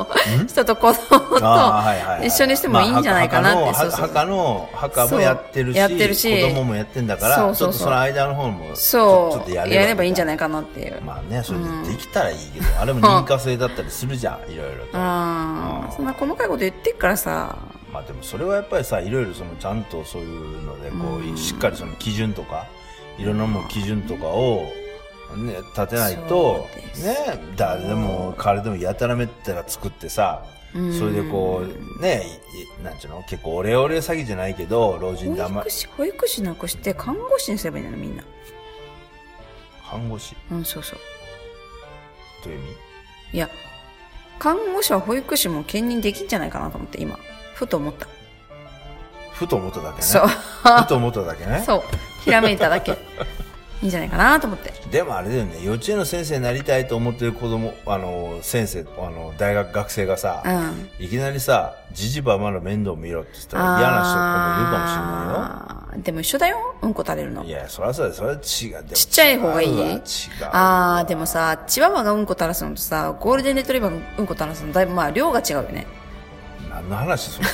Speaker 1: う人と子供
Speaker 2: あーはいはいはい
Speaker 1: と一緒にしてもいいんじゃないかなって。
Speaker 2: まあ
Speaker 1: そうそう
Speaker 2: 墓墓の墓墓もやってるし
Speaker 1: そうやってるし
Speaker 2: 子供もやってんだから
Speaker 1: そうそうそう
Speaker 2: ちょっとその間の方もちょ
Speaker 1: そ
Speaker 2: っ
Speaker 1: う
Speaker 2: と
Speaker 1: や
Speaker 2: やれば
Speaker 1: ればいいんじゃないかなっていう。
Speaker 2: まあねそれでできたらいい
Speaker 1: [LAUGHS]
Speaker 2: けど、あれも認可制だったりするじゃんいろいろと
Speaker 1: ああ、そんな細かいこと言ってっからさ。
Speaker 2: まあでもそれはやっぱりさいろいろそのちゃんとそういうのでこう、しっかりその基準とかいろんなもん基準とかを、ね、立てないと
Speaker 1: そうです
Speaker 2: ね誰でも彼でもやたらめったら作ってさそれでこうねいいなんちゅうの結構オレオレ詐欺じゃないけど老人
Speaker 1: 保
Speaker 2: であんま
Speaker 1: 育士、保育士なくして看護師にすればいいのよみんな。
Speaker 2: 看護師
Speaker 1: うん、そうそう。
Speaker 2: という意味
Speaker 1: いや、看護師は保育士も兼任できんじゃないかなと思って今、ふと思った。
Speaker 2: ふと思っただけね
Speaker 1: そう。
Speaker 2: ふと思っただけね
Speaker 1: そう。ひらめいた
Speaker 2: [LAUGHS]
Speaker 1: だけ。いいんじゃないかなと思って。
Speaker 2: でもあれだよね幼稚園の先生になりたいと思ってる子供あの先生あの大学学生がさ、
Speaker 1: うん。
Speaker 2: いきなりさ、じじばばの面倒見ろって言ったら嫌な人とかもいるかも
Speaker 1: あーでも一緒だよ。うんこ垂れるの。
Speaker 2: しれないよ。いや、そりゃそうだよ。それは違う。でも
Speaker 1: ちっちゃい方がいい
Speaker 2: 違うわ違う。
Speaker 1: あー、でもさ、チワワがうんこ垂らすのとさ、ゴールデンレトリバーがうんこ垂らすのだいぶ、まあ、量が違うよね。 [LAUGHS]
Speaker 2: 何の話それ。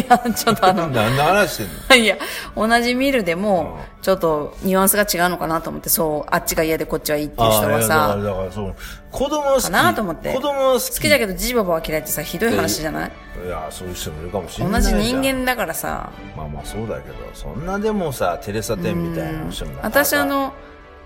Speaker 1: いや、ちょっとあの、 [LAUGHS]
Speaker 2: 何の話してんの
Speaker 1: いや、同じミルでも、ちょっとニュアンスが違うのかなと思って、そう、あっちが嫌でこっちはいいっていう人が
Speaker 2: あ
Speaker 1: さ
Speaker 2: ーい、やだからだからそう。子供は好き。
Speaker 1: かなと思って
Speaker 2: 子供は好き。
Speaker 1: 好きだけどジジババは嫌いってさ、ひどい話じゃない
Speaker 2: いや、そういう人もいるかもしれな
Speaker 1: 同
Speaker 2: いじゃ
Speaker 1: じ
Speaker 2: ん。
Speaker 1: 人間だからさ、
Speaker 2: まあまあそうだけど、そんなでもさ、テレサテンみたいな人もなかなか
Speaker 1: 私あ、の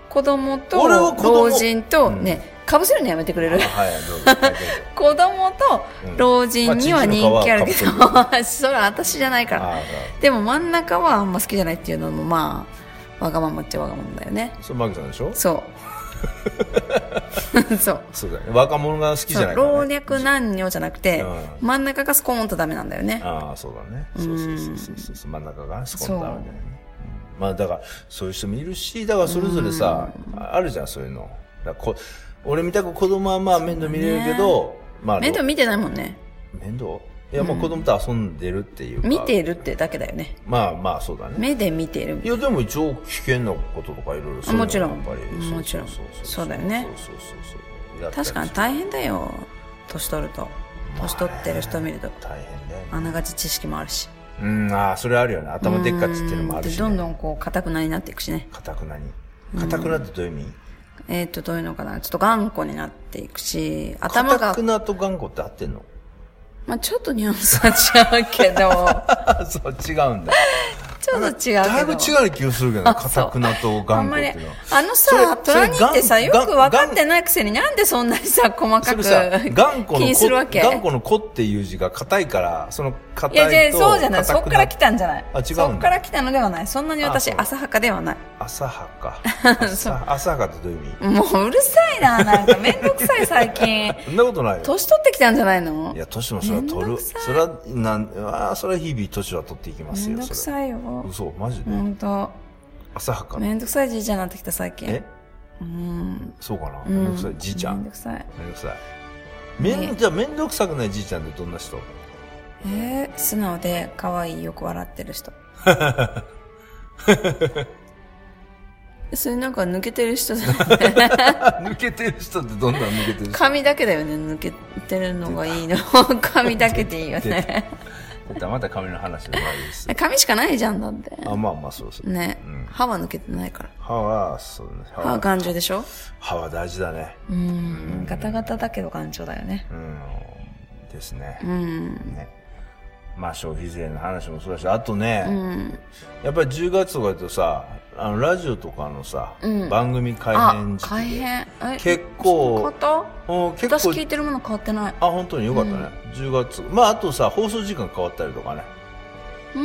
Speaker 1: 子供と
Speaker 2: 俺は子供
Speaker 1: 老人とね、かぶせるのやめてくれる
Speaker 2: はい、どうぞ。はいどうぞ
Speaker 1: 子供と老人には人気あるけど、
Speaker 2: ま
Speaker 1: [LAUGHS] それは私じゃないから
Speaker 2: ああ、
Speaker 1: でも真ん中はあんま好きじゃないっていうのもまあわがままっちゃわがままだよね
Speaker 2: そう、マグさんでしょ
Speaker 1: そう
Speaker 2: [LAUGHS]
Speaker 1: そう
Speaker 2: そうだよね。若者が好きじゃないからね
Speaker 1: 老若男女じゃなくて、
Speaker 2: う
Speaker 1: 真ん中がスコーンとダメなんだよね
Speaker 2: ああそうだねそうそうそうそうそうそう真ん中がスコンとあるわけだよねうんまあだからそういう人もいるしだからそれぞれさああるじゃんそういうのだからこ俺みたく子供はまあ面倒見れるけど、まあ
Speaker 1: 面倒
Speaker 2: ろ
Speaker 1: 見てないもんね
Speaker 2: 面倒いやまあ子供と遊んでるっていうか
Speaker 1: 見ているってだけだよね
Speaker 2: まあまあそうだね
Speaker 1: 目で見ている
Speaker 2: いやでも一応危険なこととかいろいろそういうの
Speaker 1: もちろん
Speaker 2: やっぱり
Speaker 1: うんもちろん
Speaker 2: そうそう
Speaker 1: そうだよね
Speaker 2: そうそうそうそうやったり
Speaker 1: 確かに大変だよ年取ると年取ってる人見ると
Speaker 2: 大変だよね
Speaker 1: あながち知識もあるし
Speaker 2: うんああそれあるよね頭でっかちっていうのもある
Speaker 1: で
Speaker 2: し
Speaker 1: ど
Speaker 2: ね
Speaker 1: んどんこう固くなになっていくしね
Speaker 2: かたくなにかたくなってどういう意味、
Speaker 1: えっ、とどういうのかなちょっと頑固になっていくし頭
Speaker 2: 頭
Speaker 1: が
Speaker 2: く、なと頑固って合って
Speaker 1: [LAUGHS]
Speaker 2: んの
Speaker 1: まあ、ちょっとニュアンスは違うけ
Speaker 2: [LAUGHS]
Speaker 1: ど
Speaker 2: そう、違うんだ。
Speaker 1: ちょっと違うけど
Speaker 2: だいぶ違う気がするけど、
Speaker 1: そう
Speaker 2: かたくなと
Speaker 1: あん
Speaker 2: 頑
Speaker 1: ま
Speaker 2: 固
Speaker 1: り
Speaker 2: っていうのは。
Speaker 1: あの
Speaker 2: それ
Speaker 1: さ虎にってさ
Speaker 2: それ
Speaker 1: よ
Speaker 2: がん
Speaker 1: く分かってないくせになんでそんなにさ細か
Speaker 2: そ
Speaker 1: く
Speaker 2: れさ、頑固
Speaker 1: 気
Speaker 2: の
Speaker 1: にするわけ
Speaker 2: 子、頑固の子っていう字が硬いから、その
Speaker 1: いや
Speaker 2: 硬
Speaker 1: じゃ
Speaker 2: い
Speaker 1: あ
Speaker 2: と
Speaker 1: そうじゃないそ
Speaker 2: 硬
Speaker 1: っ
Speaker 2: く
Speaker 1: から来たんじゃない
Speaker 2: あ違うんだ
Speaker 1: そっから来たのではないそんなに私
Speaker 2: あそ
Speaker 1: 浅
Speaker 2: う
Speaker 1: はかではない
Speaker 2: 浅は
Speaker 1: [LAUGHS]
Speaker 2: か。浅浅はかってどういう意味
Speaker 1: もううるさいななんかめんどくさい最近
Speaker 2: そんなことないよ。
Speaker 1: 年取ってきたんじゃないの
Speaker 2: いや、年もそれは
Speaker 1: めん
Speaker 2: 取
Speaker 1: ど
Speaker 2: る。
Speaker 1: くさ
Speaker 2: それは、なん、ああ、それは日々年は取っていきま
Speaker 1: め
Speaker 2: す
Speaker 1: ん
Speaker 2: よ、
Speaker 1: どく
Speaker 2: それは。
Speaker 1: さいよ
Speaker 2: 嘘、マジで
Speaker 1: ほ。んと
Speaker 2: 浅はか。
Speaker 1: めんどくさいじいちゃんになってきた最近
Speaker 2: え
Speaker 1: うん
Speaker 2: そうかな。
Speaker 1: うん
Speaker 2: めんどくさい。じいちゃ
Speaker 1: めん
Speaker 2: ん
Speaker 1: ど。くさい
Speaker 2: めんどくさい。めん、
Speaker 1: ね
Speaker 2: じゃあめんどくさくないじいちゃんってどんな人 [LAUGHS]
Speaker 1: えー、素直で可愛いよく笑ってる
Speaker 2: [LAUGHS]
Speaker 1: 人それなんか抜けてる人じゃない
Speaker 2: 抜けてる人ってどんな抜け
Speaker 1: [LAUGHS]
Speaker 2: てる人だ
Speaker 1: 髪だけだよね抜けてるのがいいの髪だけでいいよね
Speaker 2: ってまた髪の話の前です
Speaker 1: 髪しかないじゃんだって
Speaker 2: あまあまあそうそう、
Speaker 1: ね、歯は抜けてないから
Speaker 2: 歯はそうね歯
Speaker 1: 歯は
Speaker 2: は
Speaker 1: 頑丈でしょ
Speaker 2: 歯は大事だね
Speaker 1: うんガタガタだけど頑丈だよね
Speaker 2: うんですね、
Speaker 1: うん
Speaker 2: ねまあ消費税の話もそうだしあとね、
Speaker 1: うん
Speaker 2: やっぱり10月とかだとさあのラジオとかのさ、
Speaker 1: うん
Speaker 2: 番組改
Speaker 1: あ
Speaker 2: 編時期
Speaker 1: 改編え
Speaker 2: 結構
Speaker 1: 買った
Speaker 2: うん結
Speaker 1: 私
Speaker 2: 構
Speaker 1: 聞いてるもの変わってない
Speaker 2: あ本当によかったね、10月まああとさ放送時間変わったりとかね、
Speaker 1: うー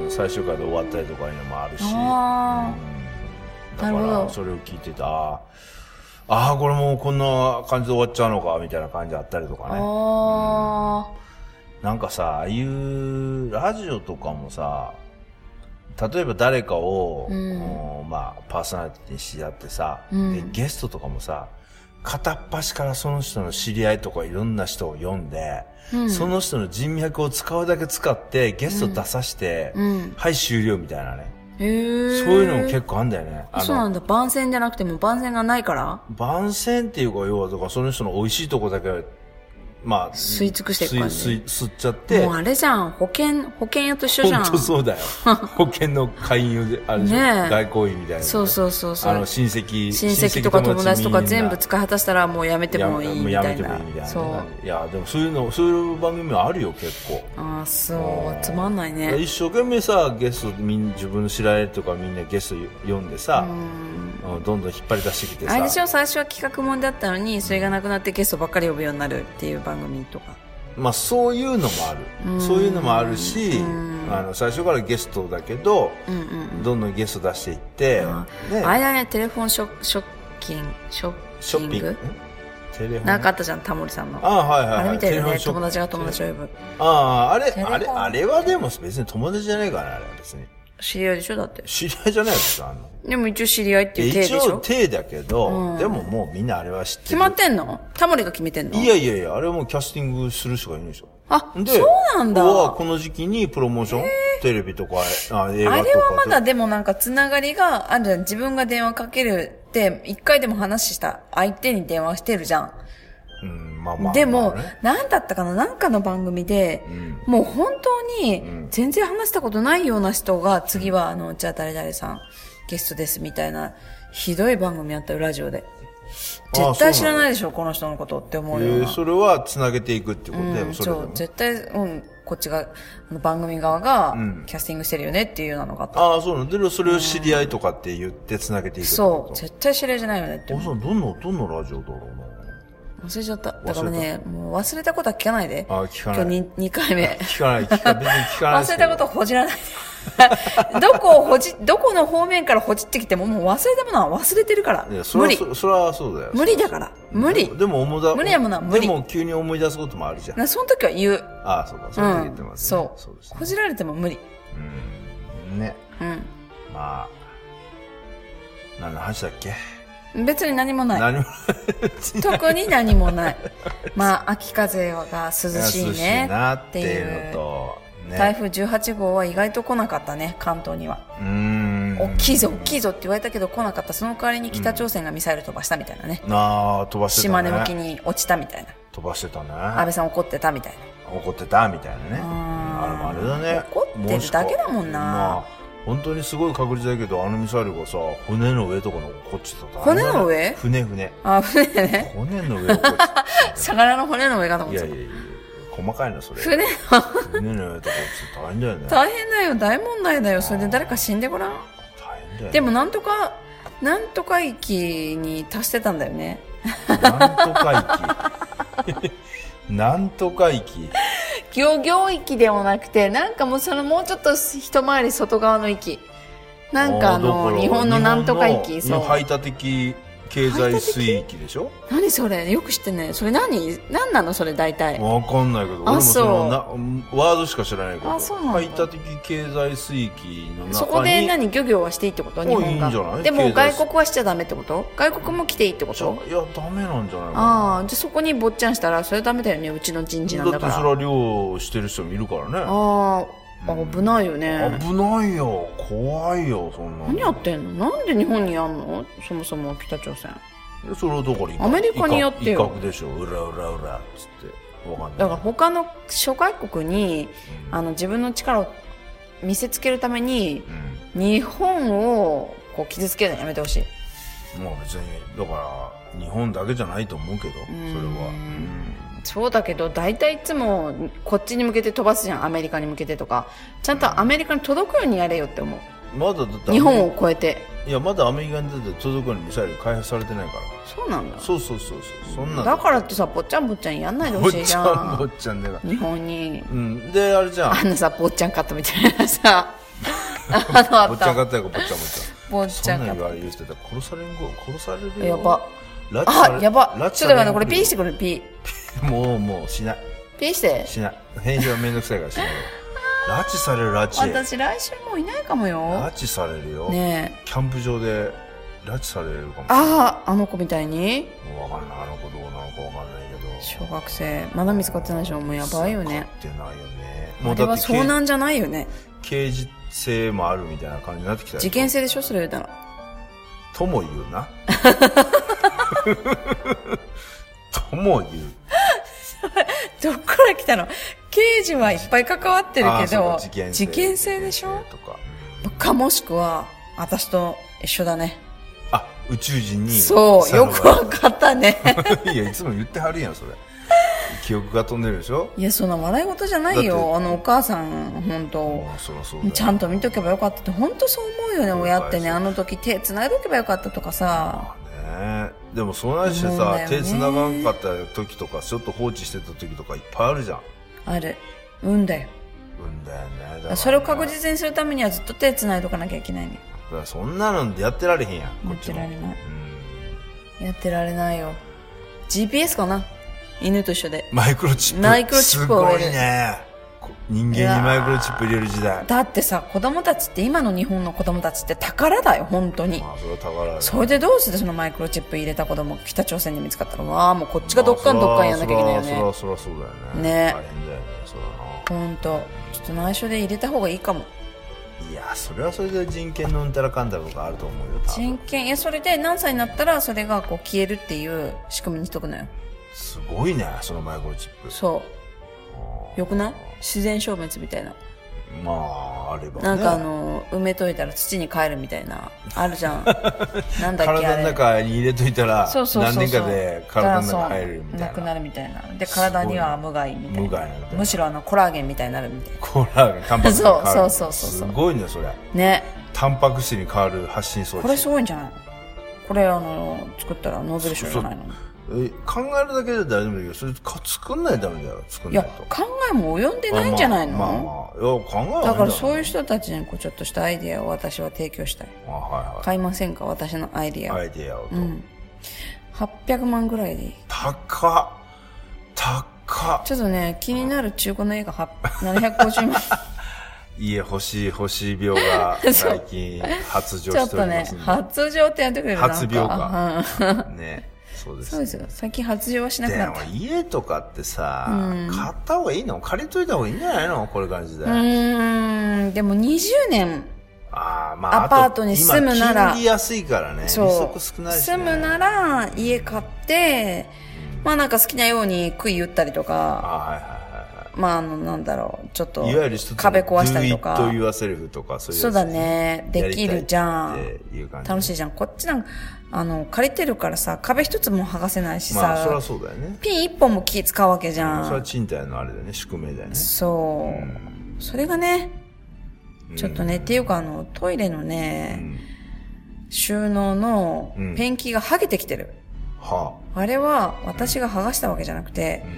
Speaker 1: ん
Speaker 2: うん、最終回で終わったりとかいうのもあるし
Speaker 1: あ
Speaker 2: うんだか
Speaker 1: なるほ
Speaker 2: ら
Speaker 1: ど
Speaker 2: それを聞いてたああーこれもうこんな感じで終わっちゃうのかみたいな感じあったりとか
Speaker 1: あ
Speaker 2: ね
Speaker 1: あ
Speaker 2: なんかさああいうラジオとかもさ例えば誰かを、
Speaker 1: うん
Speaker 2: うんまあ、パーソナリティにし合ってさ、
Speaker 1: うん
Speaker 2: でゲストとかもさ片っ端からその人の知り合いとかいろんな人を呼んで、
Speaker 1: うん
Speaker 2: その人の人脈を使うだけ使ってゲスト出さして、
Speaker 1: うん
Speaker 2: はい終了みたいなね、
Speaker 1: へえ
Speaker 2: そういうのも結構あんだよねあ
Speaker 1: そうな
Speaker 2: の
Speaker 1: んだ番宣じゃなくてもう番宣がないから
Speaker 2: 番宣っていうか要はとかその人の美味しいとこだけまあ
Speaker 1: 吸い尽くしていく感じ
Speaker 2: 吸い吸い吸っちゃって
Speaker 1: もうあれじゃん保険保険屋と一緒じゃ
Speaker 2: 本
Speaker 1: ん
Speaker 2: 当そ
Speaker 1: [LAUGHS]
Speaker 2: うだよ保険の会員であるでしょ
Speaker 1: ねえ
Speaker 2: 外交員みたいな
Speaker 1: そうそうそうそ
Speaker 2: あの
Speaker 1: う
Speaker 2: 親戚
Speaker 1: 親戚とか友達とか
Speaker 2: みん
Speaker 1: 全
Speaker 2: な
Speaker 1: 部使い果たしたらもうやめてもいいみ
Speaker 2: や
Speaker 1: た
Speaker 2: め
Speaker 1: い
Speaker 2: てもいいみたい
Speaker 1: な
Speaker 2: な
Speaker 1: そう
Speaker 2: いやでもそういうのそういう番組もあるよ結構
Speaker 1: ああそうつまんないね
Speaker 2: 一生懸命さゲストみん自分の知られとかみんなゲスト呼んでさ、うんどんどん引っ張り出してきてさ
Speaker 1: あれでしょ最初は企画もんだったのにそれがなくなってゲストばっかり呼ぶようになるっていう番組とか
Speaker 2: まあ、そういうのもある、そういうのもあるし、あの最初からゲストだけど、どんどんゲスト出していって、ね
Speaker 1: あれだねテレフォンショショッキンショ
Speaker 2: シ
Speaker 1: ッ
Speaker 2: ョ
Speaker 1: キ
Speaker 2: ッ
Speaker 1: ン
Speaker 2: ピン
Speaker 1: グ
Speaker 2: グテレフォン
Speaker 1: なんかあったじゃんタモリさんの
Speaker 2: あはいはい、はい、
Speaker 1: あれみたいだ
Speaker 2: テレフォ
Speaker 1: ね
Speaker 2: ンショッ
Speaker 1: 友達が友達を呼ぶ
Speaker 2: あああれ
Speaker 1: レフォン
Speaker 2: あれあれはでも別に友達じゃないからねあれは別に
Speaker 1: 知り合いでしょだって
Speaker 2: 知り合いじゃないですあの
Speaker 1: でも一応知り合いっていう体で
Speaker 2: 一
Speaker 1: し
Speaker 2: 応
Speaker 1: ょ
Speaker 2: 手だけど、でももうみんなあれは知ってる
Speaker 1: 決まってんのタモリが決めてんの
Speaker 2: いやいやいやあれはもうキャスティングする人がいるでしょ
Speaker 1: あ
Speaker 2: で
Speaker 1: そうなんだ
Speaker 2: はこの時期にプロモーション、テレビとかあ映画とか
Speaker 1: あ
Speaker 2: で
Speaker 1: れはまだでもなんかつながりがあるじゃん。自分が電話かけるって、一回でも話した相手に電話してるじゃん。
Speaker 2: うんまあまあまあね
Speaker 1: でも、なんだったかななんかの番組で、もう本当に全然話したことないような人が、次はあの、じゃあ誰々さん、ゲストですみたいな、ひどい番組あったよ、ラジオで。
Speaker 2: ああ
Speaker 1: 絶対知
Speaker 2: そう
Speaker 1: ら
Speaker 2: なんだ
Speaker 1: ないでしょ、この人のことって思
Speaker 2: え
Speaker 1: うよう
Speaker 2: ー
Speaker 1: な。
Speaker 2: それはつなげていくってことで、
Speaker 1: うん
Speaker 2: それで
Speaker 1: そう
Speaker 2: も、
Speaker 1: 絶対、うん、こっちが、あの番組側が、キャスティングしてるよねっていうようなのがあった。
Speaker 2: ああそうなのでもそれを知り合いとかって言ってつなげていくってこ
Speaker 1: そう、
Speaker 2: と
Speaker 1: 絶対知り合いじゃないよねって
Speaker 2: おさんどんなどんなラジオだろう
Speaker 1: 忘れちゃった。だからね、もう忘れたことは聞かないで。
Speaker 2: あ聞かない
Speaker 1: 今日に2回目
Speaker 2: な。
Speaker 1: [LAUGHS]
Speaker 2: 聞かない聞か別に聞かないです
Speaker 1: 忘
Speaker 2: け
Speaker 1: れた
Speaker 2: ど
Speaker 1: ことをほじらない [LAUGHS] で。どこをほじ、どこの方面からほじってきても、もう忘れたものは忘れてるから。
Speaker 2: いやそ
Speaker 1: 無
Speaker 2: れは
Speaker 1: 理。
Speaker 2: そそれはそうだよ
Speaker 1: 無理だから。無理。
Speaker 2: でもでも思い出
Speaker 1: 無理なものは無理
Speaker 2: でも急に思い出すこともあるじゃん
Speaker 1: なその時は言う。
Speaker 2: ああそうかそうう言
Speaker 1: ん
Speaker 2: って。ます、ね
Speaker 1: そう
Speaker 2: そうです
Speaker 1: ほじられても無理。
Speaker 2: ね
Speaker 1: う
Speaker 2: まあ何の話だっけ、
Speaker 1: ん。別に何もない。
Speaker 2: 何も
Speaker 1: 特に何もない。 [LAUGHS] まあ、秋風が涼しい
Speaker 2: 涼し
Speaker 1: ね
Speaker 2: いな
Speaker 1: っ
Speaker 2: ってていうの
Speaker 1: いう。
Speaker 2: とね
Speaker 1: 台風18号は意外と来なかったね、関東には。
Speaker 2: うーん
Speaker 1: 大きいぞ大きいぞって言われたけど来なかったその代わりに北朝鮮がミサイル飛ばしたみたいなね、
Speaker 2: なあ飛ばしてた
Speaker 1: 島
Speaker 2: ね
Speaker 1: 根向きに落ちたみたいな
Speaker 2: 飛ばしてた
Speaker 1: 安
Speaker 2: ね
Speaker 1: 倍さん怒ってたみたい
Speaker 2: 怒ってたみたいなね
Speaker 1: あ
Speaker 2: あれもあれだね
Speaker 1: 怒ってるだけだもんな
Speaker 2: まあ本当にすごい確率だけどあのミサイルがさ骨の上とかに落っこちてた
Speaker 1: 骨の上
Speaker 2: 船船
Speaker 1: なあ船ね
Speaker 2: 骨の上落っこちてた
Speaker 1: 魚の骨の上 [LAUGHS] かと思
Speaker 2: い
Speaker 1: って
Speaker 2: や
Speaker 1: た
Speaker 2: いやいや細かいなそれ
Speaker 1: 船の
Speaker 2: 船の上とか落ちて大変だよね
Speaker 1: 大変だよ大問題だよそれで誰か死んでごらん
Speaker 2: 大変だよね
Speaker 1: でもなんとかなんとか域に達してたんだよね
Speaker 2: なんとか域。 [LAUGHS] なんとか域。
Speaker 1: 漁業域でもなくてなんかもうそのもうちょっと一回り外側の域なんかあ
Speaker 2: ーだ
Speaker 1: の
Speaker 2: ら
Speaker 1: 日本のなんとか域
Speaker 2: 日本
Speaker 1: そう
Speaker 2: の排他的経済水域でしょ
Speaker 1: 何それよく知ってんねそれ何何なのそれ大体
Speaker 2: わかんないけど、俺も
Speaker 1: あ
Speaker 2: その
Speaker 1: そう
Speaker 2: なワードしか知らないけど、
Speaker 1: あそうなんだ
Speaker 2: 排他的経済水域の中に、
Speaker 1: そこで何漁業はしていいってこと
Speaker 2: あ
Speaker 1: 日本
Speaker 2: いいんじゃな
Speaker 1: が
Speaker 2: い
Speaker 1: でも
Speaker 2: 経済
Speaker 1: 外
Speaker 2: 水
Speaker 1: 国はしちゃダメってこと外国も来ていいってこ
Speaker 2: じゃ
Speaker 1: と
Speaker 2: いや、ダメなんじゃないかな。
Speaker 1: ああじゃあそこに坊ちゃんしたらそれダメだよねうちの人事なんだ
Speaker 2: だっ
Speaker 1: か
Speaker 2: て
Speaker 1: ら
Speaker 2: それは漁してる人もいるからね。
Speaker 1: ああ危ないよね
Speaker 2: 危ないよ。怖いよ、そんなの。
Speaker 1: 何やってんのなんで日本にやんのそもそも北朝鮮
Speaker 2: それはどこに
Speaker 1: アメリカにやってよ
Speaker 2: 威嚇でしょ。うらうらうらっつって。わかんない。
Speaker 1: だから他の諸外国にあの自分の力を見せつけるために
Speaker 2: うん
Speaker 1: 日本をこう傷つけるのやめてほしい
Speaker 2: まあ別にだから日本だけじゃないと思うけどそれは、うん
Speaker 1: そうだけど大体いつもこっちに向けて飛ばすじゃんアメリカに向けてとかちゃんとアメリカに届くようにやれよって思う
Speaker 2: まだだって
Speaker 1: 日本を越えて
Speaker 2: いやまだアメリカに出て届くようにミサイル開発されてないから
Speaker 1: そうなんだ
Speaker 2: そうそうそうそうそんな
Speaker 1: だからってさ坊ちゃん坊ちゃんやんないで
Speaker 2: ぼ
Speaker 1: ほ
Speaker 2: っ
Speaker 1: しい
Speaker 2: ち
Speaker 1: じゃ
Speaker 2: ゃんぼ
Speaker 1: ん
Speaker 2: っちゃんでが
Speaker 1: 日本に
Speaker 2: うんであれじゃん
Speaker 1: あのさ坊ちゃんカットみたいなさあのあ
Speaker 2: ぼ
Speaker 1: っ
Speaker 2: っちゃ
Speaker 1: た
Speaker 2: ん買ったよぼっちゃんぼっち
Speaker 1: 坊 [LAUGHS]
Speaker 2: ゃん
Speaker 1: ち
Speaker 2: そ
Speaker 1: ゃ
Speaker 2: ん
Speaker 1: んカ
Speaker 2: なん
Speaker 1: ッ
Speaker 2: 言われ言ってたら殺されんご殺されるよ
Speaker 1: やば
Speaker 2: 拉致さ
Speaker 1: ト
Speaker 2: れ
Speaker 1: あやばちょ
Speaker 2: 拉
Speaker 1: っ
Speaker 2: 致
Speaker 1: と
Speaker 2: さ
Speaker 1: だ
Speaker 2: れ
Speaker 1: か
Speaker 2: る
Speaker 1: らこれピーしてこれピ
Speaker 2: もうもうしない
Speaker 1: ーピーして
Speaker 2: しない編集はめんどくさいからしない拉致される拉致
Speaker 1: 私来週もういないかもよ
Speaker 2: 拉致されるよ、
Speaker 1: ねえ
Speaker 2: キャンプ場で拉致されるかも
Speaker 1: あああの子みたいに
Speaker 2: もう分かんないあの子どうなのか分かんないけど
Speaker 1: 小学生まだ見つかってないでしょもうやばいよね
Speaker 2: 使ってないよねも
Speaker 1: あ
Speaker 2: う
Speaker 1: れ
Speaker 2: だ
Speaker 1: は
Speaker 2: って
Speaker 1: 遭難じゃないよね
Speaker 2: 刑事性もあるみたいな感じになってきたでしょ
Speaker 1: 事件性でしょそれ言うたら
Speaker 2: とも言うなとも言う
Speaker 1: [LAUGHS] どっから来たの刑事はいっぱい関わってる
Speaker 2: あー
Speaker 1: け
Speaker 2: そう
Speaker 1: ど
Speaker 2: か事件性
Speaker 1: 事件性でし
Speaker 2: 事
Speaker 1: ょ
Speaker 2: 件性とか
Speaker 1: かもしくは私と一緒だね
Speaker 2: あ宇宙人に
Speaker 1: そうよくわかった
Speaker 2: [LAUGHS]
Speaker 1: ね
Speaker 2: いやいつも言ってはるやんそれ記憶が飛んでるでしょ
Speaker 1: いやそんな笑い事じゃない
Speaker 2: だって
Speaker 1: よあのお母さん本当
Speaker 2: もうそりゃそうだよ
Speaker 1: ちゃんと見とけばよかったって本当そう思うよね親って
Speaker 2: そう
Speaker 1: ねあの時手繋いどけばよかったとかさ
Speaker 2: ねえでもそないして
Speaker 1: 思うん
Speaker 2: さ、
Speaker 1: だよね
Speaker 2: 手繋がんかった時とかちょっと放置してた時とかいっぱいあるじゃん
Speaker 1: ある運だよ
Speaker 2: うんだよねだからね
Speaker 1: それを確実にするためにはずっと手繋いどかなきゃいけないね
Speaker 2: だからそんなのでやってられへんやんこ
Speaker 1: や
Speaker 2: っ
Speaker 1: って
Speaker 2: ち
Speaker 1: ら
Speaker 2: も
Speaker 1: れない
Speaker 2: うん
Speaker 1: やってられないよ GPS かな犬と一緒で
Speaker 2: マイクロチップ
Speaker 1: マイクロチップを
Speaker 2: す
Speaker 1: 入
Speaker 2: ご
Speaker 1: れ
Speaker 2: い
Speaker 1: る
Speaker 2: ねこ人間にマイクロチップ入れる時代
Speaker 1: だってさ子供たちって今の日本の子供たちって宝だよ本当に
Speaker 2: まあそれは宝だよ
Speaker 1: それでどうしてそのマイクロチップ入れた子供北朝鮮で見つかったらわあもうこっちがどっかんどっかんやんなきゃいけないよ
Speaker 2: まあ
Speaker 1: ね
Speaker 2: そらそらそらそうだよね
Speaker 1: ね
Speaker 2: 大変だよねそらな
Speaker 1: ほんとちょっと内緒で入れた方がいいかも
Speaker 2: いやそれはそれで人権のうんたらかんだとかあると思うよ多分
Speaker 1: 人権いやそれで何歳になったらそれがこう消えるっていう仕組みにしとくのよ
Speaker 2: すごいねそのマイクロチップ
Speaker 1: そうよくない自然消滅みたいな
Speaker 2: まああればね
Speaker 1: なんかあの埋めといたら土に帰るみたいなあるじ
Speaker 2: [LAUGHS]
Speaker 1: ゃんなんだっけあ
Speaker 2: 体
Speaker 1: れ
Speaker 2: の中に入れといたら
Speaker 1: そうそうそう
Speaker 2: 何
Speaker 1: そう
Speaker 2: 年かで体の中入れるみたい
Speaker 1: く
Speaker 2: な
Speaker 1: なるみたいなで体には無害みたいな
Speaker 2: 無害なみたいな
Speaker 1: むしろあのコラーゲンみたいになるみたいな
Speaker 2: コーラがタンパク質に変わ
Speaker 1: そ
Speaker 2: る
Speaker 1: うそうそうそうそう
Speaker 2: すごいねそれ
Speaker 1: ね
Speaker 2: タンパク質に変わる発信装置
Speaker 1: これすごいんじゃないのこれあの作ったらノーベル賞じゃないの
Speaker 2: え考えるだけで大丈夫だけどそれか作んないとダメだよ作ん
Speaker 1: い
Speaker 2: な
Speaker 1: や
Speaker 2: いと
Speaker 1: 考えも及んでないんじゃないの、
Speaker 2: まあまあ、まあ、いや考えは
Speaker 1: だから
Speaker 2: う
Speaker 1: そういう人たちにこうちょっとしたアイディアを私は提供したい
Speaker 2: あは
Speaker 1: 買いませんか私のアイディ
Speaker 2: い
Speaker 1: ア、
Speaker 2: はいアイデアをと、
Speaker 1: うん800万ぐらいでいい
Speaker 2: 高っ高っ
Speaker 1: ちょっとね気になる中古の映画8 750万
Speaker 2: [LAUGHS] 家欲しい欲しい病
Speaker 1: [LAUGHS]
Speaker 2: が最近発情
Speaker 1: ちょっ
Speaker 2: してお
Speaker 1: と
Speaker 2: りま
Speaker 1: ね
Speaker 2: すんで
Speaker 1: 発情ってやってくれるなんか
Speaker 2: 発病か
Speaker 1: うん
Speaker 2: [LAUGHS] ねそうです
Speaker 1: そうですよ最近発情はしなく
Speaker 2: で
Speaker 1: なっ
Speaker 2: も
Speaker 1: た
Speaker 2: 家とかってさ、買った方がいいの借りといた方がいいんじゃないのこれ感じで。
Speaker 1: うーんでも20年
Speaker 2: ああ、まあ、
Speaker 1: アパートに住むなら
Speaker 2: あと今金利安いからね。利
Speaker 1: そう
Speaker 2: 息少ないし、ね。
Speaker 1: 住むなら家買ってまあなんか好きなように杭打ったりと
Speaker 2: あ
Speaker 1: か
Speaker 2: はいはいはいは
Speaker 1: まああのなんだろうちょっと
Speaker 2: い。いわゆる一つの
Speaker 1: 壁壊したりとか
Speaker 2: Do it yourself とかそういうやつ
Speaker 1: そうだ。ねできるじゃ
Speaker 2: やりたい
Speaker 1: ん
Speaker 2: っていう感じ。
Speaker 1: 楽しいじゃんこっちなんかあの借りてるからさ壁一つも剥がせないしさ、
Speaker 2: まあ、そりゃそうだよね。
Speaker 1: ピン一本も木使うわけじゃ
Speaker 2: それは
Speaker 1: ん
Speaker 2: 賃貸のあれだよね、宿命だよね。
Speaker 1: そう、それがねちょっとね、っていうかあのトイレの
Speaker 2: う
Speaker 1: ね、
Speaker 2: ん。
Speaker 1: 収納の
Speaker 2: うん
Speaker 1: ペンキが剥げてきてる、
Speaker 2: は
Speaker 1: あれは私が剥がしたわけじゃなくて
Speaker 2: あ。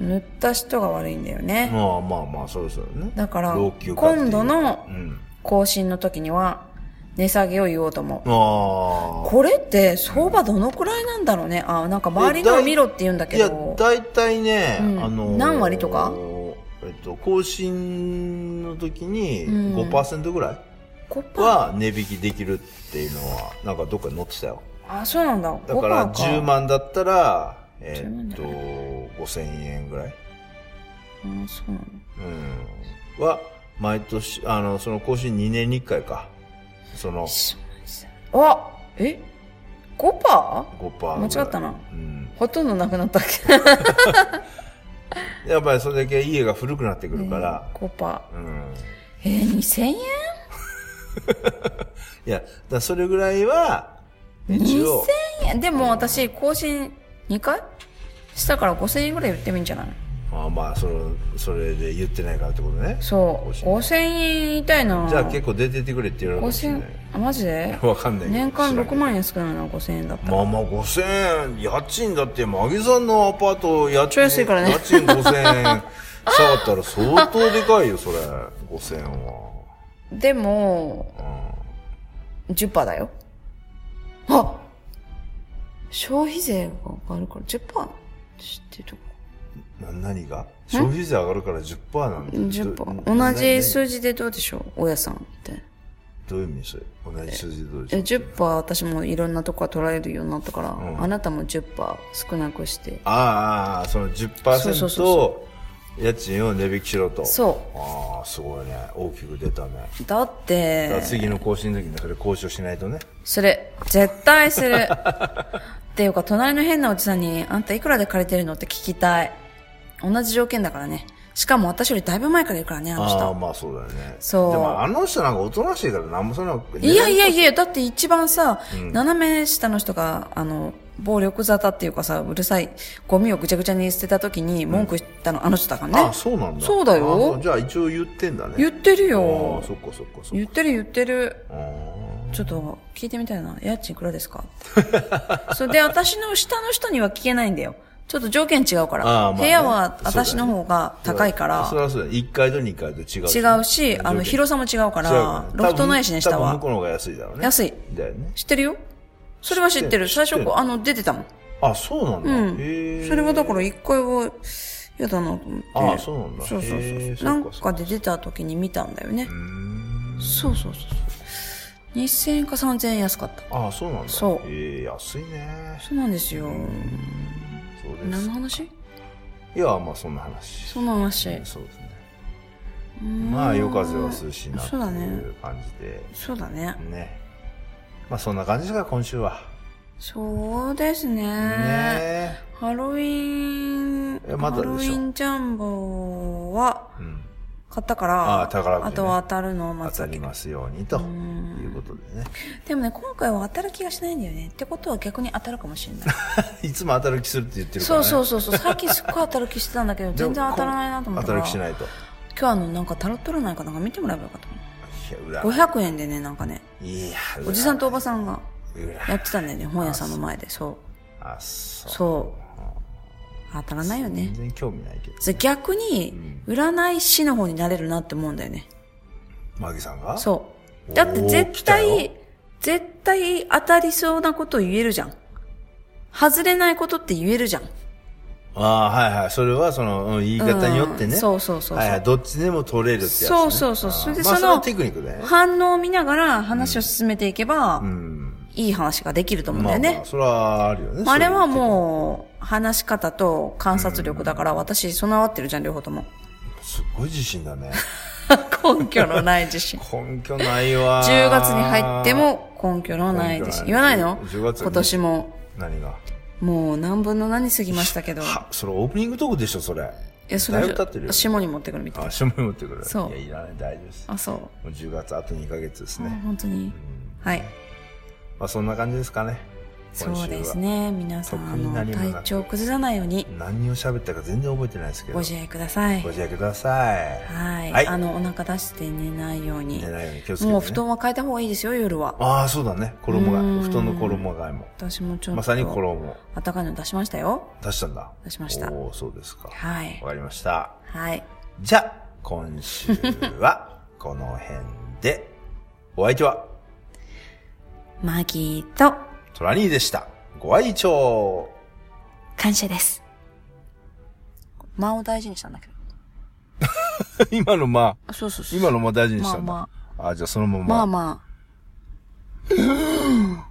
Speaker 2: うん。
Speaker 1: 塗った人が悪いんだよね、
Speaker 2: まあまあまあ、そろそろね。
Speaker 1: だから
Speaker 2: 老朽化っていう
Speaker 1: 今度の
Speaker 2: うん。
Speaker 1: 更新の時には値下げを言おうと思う
Speaker 2: ああ。
Speaker 1: これって相場どのくらいなんだろうねあなんか周りのを見ろって言うんだけ
Speaker 2: いや
Speaker 1: ど
Speaker 2: 大体ね、
Speaker 1: うん
Speaker 2: あの
Speaker 1: 何割とか
Speaker 2: えっと更新の時に
Speaker 1: うん
Speaker 2: 5%ぐらい
Speaker 1: 5%
Speaker 2: は値引きできるっていうのはなんかどっかに載ってたよ
Speaker 1: あそうなんだ
Speaker 2: だから
Speaker 1: 5%か
Speaker 2: 10万だったらえ
Speaker 1: 10
Speaker 2: っと5000円ぐらい、
Speaker 1: あそうなんだ
Speaker 2: うん、は毎年あのその更新2年に1回かその
Speaker 1: あえ 5%?
Speaker 2: 5%
Speaker 1: 間違ったな
Speaker 2: うん、
Speaker 1: ほとんどなくなったっけ
Speaker 2: やっぱりそれだけ家が古くなってくるから、
Speaker 1: 5%
Speaker 2: うん
Speaker 1: えー、2000円
Speaker 2: いやだからそれぐらいは一応
Speaker 1: 2000円でも私更新2回したから5000円ぐらい言ってもいいんじゃない
Speaker 2: ああまあそれそれで言ってないからってことね
Speaker 1: そう5000円言いたいな
Speaker 2: じゃあ結構出てってくれって言われるかもしれない
Speaker 1: 5000あマジ
Speaker 2: [LAUGHS]
Speaker 1: で
Speaker 2: わかんないけど
Speaker 1: 年間
Speaker 2: 知らん
Speaker 1: 6万円少ないな5000円だったら
Speaker 2: まあまあ5000円家賃だってマギさんのアパート家
Speaker 1: ちょ
Speaker 2: 賃
Speaker 1: い安いからね
Speaker 2: 家賃5000円下がったら相当でかいよそれ5000円は
Speaker 1: でも10%だよあ消費税が上がるから10%知ってる
Speaker 2: な何が消費税上がるから10%なんだ
Speaker 1: 10%同じ数字でどうでしょう大家さんって
Speaker 2: どういう意味それ同じ数字どうでし
Speaker 1: え
Speaker 2: ょう
Speaker 1: 10%私もいろんなとこが取られるようになったから、あなたも10%少なくして
Speaker 2: ああああその
Speaker 1: そうそう
Speaker 2: 10%
Speaker 1: そう
Speaker 2: を家賃を値引きしろと
Speaker 1: そ
Speaker 2: ああすごいね大きく出たね
Speaker 1: うだっ
Speaker 2: だから
Speaker 1: て
Speaker 2: 次の更新の時にそれ交渉しないとね
Speaker 1: する絶対するっていうか隣の変なおじさんに「あんたいくらで借りてるの?」って聞きたい同じ条件だからねしかも私よりだいぶ前からいるからねあの
Speaker 2: ああ
Speaker 1: 人
Speaker 2: まあそうだよね
Speaker 1: そう
Speaker 2: でもあの人なんかおとなしいから何もそんなこと
Speaker 1: いやいやいやだって一番さ、斜め下の人があの暴力沙汰っていうかさうるさいゴミをぐちゃぐちゃに捨てた時に文句言ったの、あの人だから
Speaker 2: あ
Speaker 1: ね
Speaker 2: そうなんだ
Speaker 1: そうだよ
Speaker 2: あそうじゃあ一応言ってんだね
Speaker 1: 言ってる
Speaker 2: あ
Speaker 1: よ
Speaker 2: あそっかそっかそっ
Speaker 1: 言ってる言ってる
Speaker 2: かあ
Speaker 1: ちょっと聞いてみたいな。家賃いくらですか [LAUGHS] それで私の下の人には聞けないんだよ。ちょっと条件違うから。
Speaker 2: ああまあね
Speaker 1: 部屋は私の方が高いか
Speaker 2: あそ
Speaker 1: ら。
Speaker 2: れはそうだ1階と2階と違うし
Speaker 1: 違うし、あの、
Speaker 2: 条件
Speaker 1: 広さも違うか
Speaker 2: 違うよ
Speaker 1: ら
Speaker 2: ね、
Speaker 1: ロフトないしね、
Speaker 2: 多分
Speaker 1: 下
Speaker 2: 多分向
Speaker 1: は。
Speaker 2: こうの方が安いだろうね
Speaker 1: 安い。
Speaker 2: だよね
Speaker 1: 知ってるよそれは知ってる。
Speaker 2: 知って
Speaker 1: 最
Speaker 2: る
Speaker 1: 初、あの、出てたもん。
Speaker 2: あそうなんだ、
Speaker 1: うん
Speaker 2: へえ
Speaker 1: それはだから一回は、嫌だなと思って。
Speaker 2: ああそうなんだ
Speaker 1: そうそう
Speaker 2: へえ
Speaker 1: そう。
Speaker 2: そっか
Speaker 1: なんかで出た時に見たんだよね
Speaker 2: うー。ん
Speaker 1: そうそうそうそう。2000円か3000円安かった。
Speaker 2: ああそうなんだ
Speaker 1: そう
Speaker 2: ええ安いね
Speaker 1: そうなんですよ。
Speaker 2: そうで
Speaker 1: 何
Speaker 2: す
Speaker 1: の話
Speaker 2: いやまあそんな話
Speaker 1: そんな話。
Speaker 2: そうですねまあ夜風は涼しいなって
Speaker 1: そうだね
Speaker 2: いう感じで
Speaker 1: そうだね。
Speaker 2: ねまあそんな感じですか今週は
Speaker 1: そうですね。
Speaker 2: ね
Speaker 1: ハロウィ
Speaker 2: え
Speaker 1: ーン、
Speaker 2: まだ
Speaker 1: ハ
Speaker 2: でし
Speaker 1: ロ
Speaker 2: ょ
Speaker 1: ウィンジャンボは
Speaker 2: うん、
Speaker 1: 買ったか
Speaker 2: あ
Speaker 1: ら、
Speaker 2: あ宝くじね
Speaker 1: とは当たるのを
Speaker 2: 当
Speaker 1: 待つ
Speaker 2: た
Speaker 1: だけ
Speaker 2: り。ますようにということでね [LAUGHS]
Speaker 1: でもね、今回は当たる気がしないんだよね。ってことは逆に当たるかもしれ
Speaker 2: [LAUGHS]
Speaker 1: ない。
Speaker 2: いつも当たる気するって言ってるか
Speaker 1: そ
Speaker 2: ら、
Speaker 1: う
Speaker 2: ね、
Speaker 1: そううそうそう。最近すっごい当たる気してたんだ
Speaker 2: [LAUGHS]
Speaker 1: けど、全然当たらないなと思ったか
Speaker 2: 当た
Speaker 1: ら。
Speaker 2: る気しないとい
Speaker 1: 今日あの、なんかタロット占いかなんか見てもらえばよかったな
Speaker 2: や裏
Speaker 1: 500円でね、なんかね、
Speaker 2: いや裏
Speaker 1: おじさんとおばさんが
Speaker 2: 裏
Speaker 1: やってたんだよね、本屋さんの前で。そう。
Speaker 2: あそう
Speaker 1: そう。当たらないよね
Speaker 2: 全。然興味ないけど
Speaker 1: それ逆に、占い師の方になれるなって思うんだよね。
Speaker 2: マギさんが
Speaker 1: そう。だって絶
Speaker 2: おー来
Speaker 1: 対、絶対当たりそうなことを言えるじゃん。外れないことって言えるじゃん。
Speaker 2: ああはいはいそれはその、うん言い方によってね、
Speaker 1: うんそうそうそうそう
Speaker 2: はいはいどっちでも取れるってやつ、ね、
Speaker 1: そうそうそう
Speaker 2: あー
Speaker 1: それで
Speaker 2: まあ、
Speaker 1: そ
Speaker 2: そ
Speaker 1: の
Speaker 2: れはテクニックだよね
Speaker 1: 反応を見ながら話を進めていけば、
Speaker 2: うん
Speaker 1: いい話ができると思うんだ
Speaker 2: まあ
Speaker 1: よね。
Speaker 2: まあ、それはあるよね。
Speaker 1: まああれは
Speaker 2: う。
Speaker 1: もう、話し方と観察力だから、私備わってるじゃん、両方とも。 [LAUGHS]
Speaker 2: すごい自信だね。
Speaker 1: 根拠のない自信。
Speaker 2: 根拠な
Speaker 1: [LAUGHS]
Speaker 2: いわ。
Speaker 1: 10月に入って。も根拠のない自信。
Speaker 2: 根
Speaker 1: 言
Speaker 2: 拠
Speaker 1: わ
Speaker 2: な
Speaker 1: ないいの
Speaker 2: 10月
Speaker 1: 今年も、
Speaker 2: 何が
Speaker 1: もう何分の何過ぎましたけど。い
Speaker 2: は、それオープニングトークでしょ、それ。
Speaker 1: や、そ
Speaker 2: だい
Speaker 1: れ
Speaker 2: ぶ経ってるよ。
Speaker 1: 下に持ってくるみたい
Speaker 2: あ、下も持ってくる。
Speaker 1: そう
Speaker 2: いや、いらない、大丈夫です。も
Speaker 1: あ、そう
Speaker 2: 10月、あと2ヶ月です
Speaker 1: う。
Speaker 2: ね。
Speaker 1: 本当に。はい。
Speaker 2: まあ、そんな感じですかね。
Speaker 1: そ
Speaker 2: 今週は
Speaker 1: うです。ね。皆さん、あ
Speaker 2: 特に
Speaker 1: の、
Speaker 2: 何もなく
Speaker 1: 体調崩さないように
Speaker 2: 何を喋ったか全然覚えてないですけど。
Speaker 1: ご自愛ください
Speaker 2: ご。自愛ください。
Speaker 1: はい。
Speaker 2: はい
Speaker 1: あの、お腹出して寝ないように
Speaker 2: 寝。ないように気をつけて、ね。
Speaker 1: もう布団は変えた方がいいですよ、夜は。
Speaker 2: ああ、そうだね。衣が
Speaker 1: うん
Speaker 2: え。布団の衣がえも。
Speaker 1: 私もちょっと。
Speaker 2: まさに衣。
Speaker 1: 暖かいの出しましたよ。
Speaker 2: 出したんだ。
Speaker 1: 出しました
Speaker 2: おお、そうですか。
Speaker 1: はい
Speaker 2: わ。かりました。
Speaker 1: はい。
Speaker 2: じゃあ、今週
Speaker 1: [LAUGHS]
Speaker 2: はこの辺で、お相手は
Speaker 1: マギーと
Speaker 2: トラニーでした。ご愛聴 [LAUGHS]
Speaker 1: 感謝です。間を大事にしたんだけど。
Speaker 2: 今のまあ、
Speaker 1: あ、そうそうそう。
Speaker 2: 今のまあ大事にしたんだ。
Speaker 1: ま
Speaker 2: あ、じゃあそのまま。
Speaker 1: まあまあ。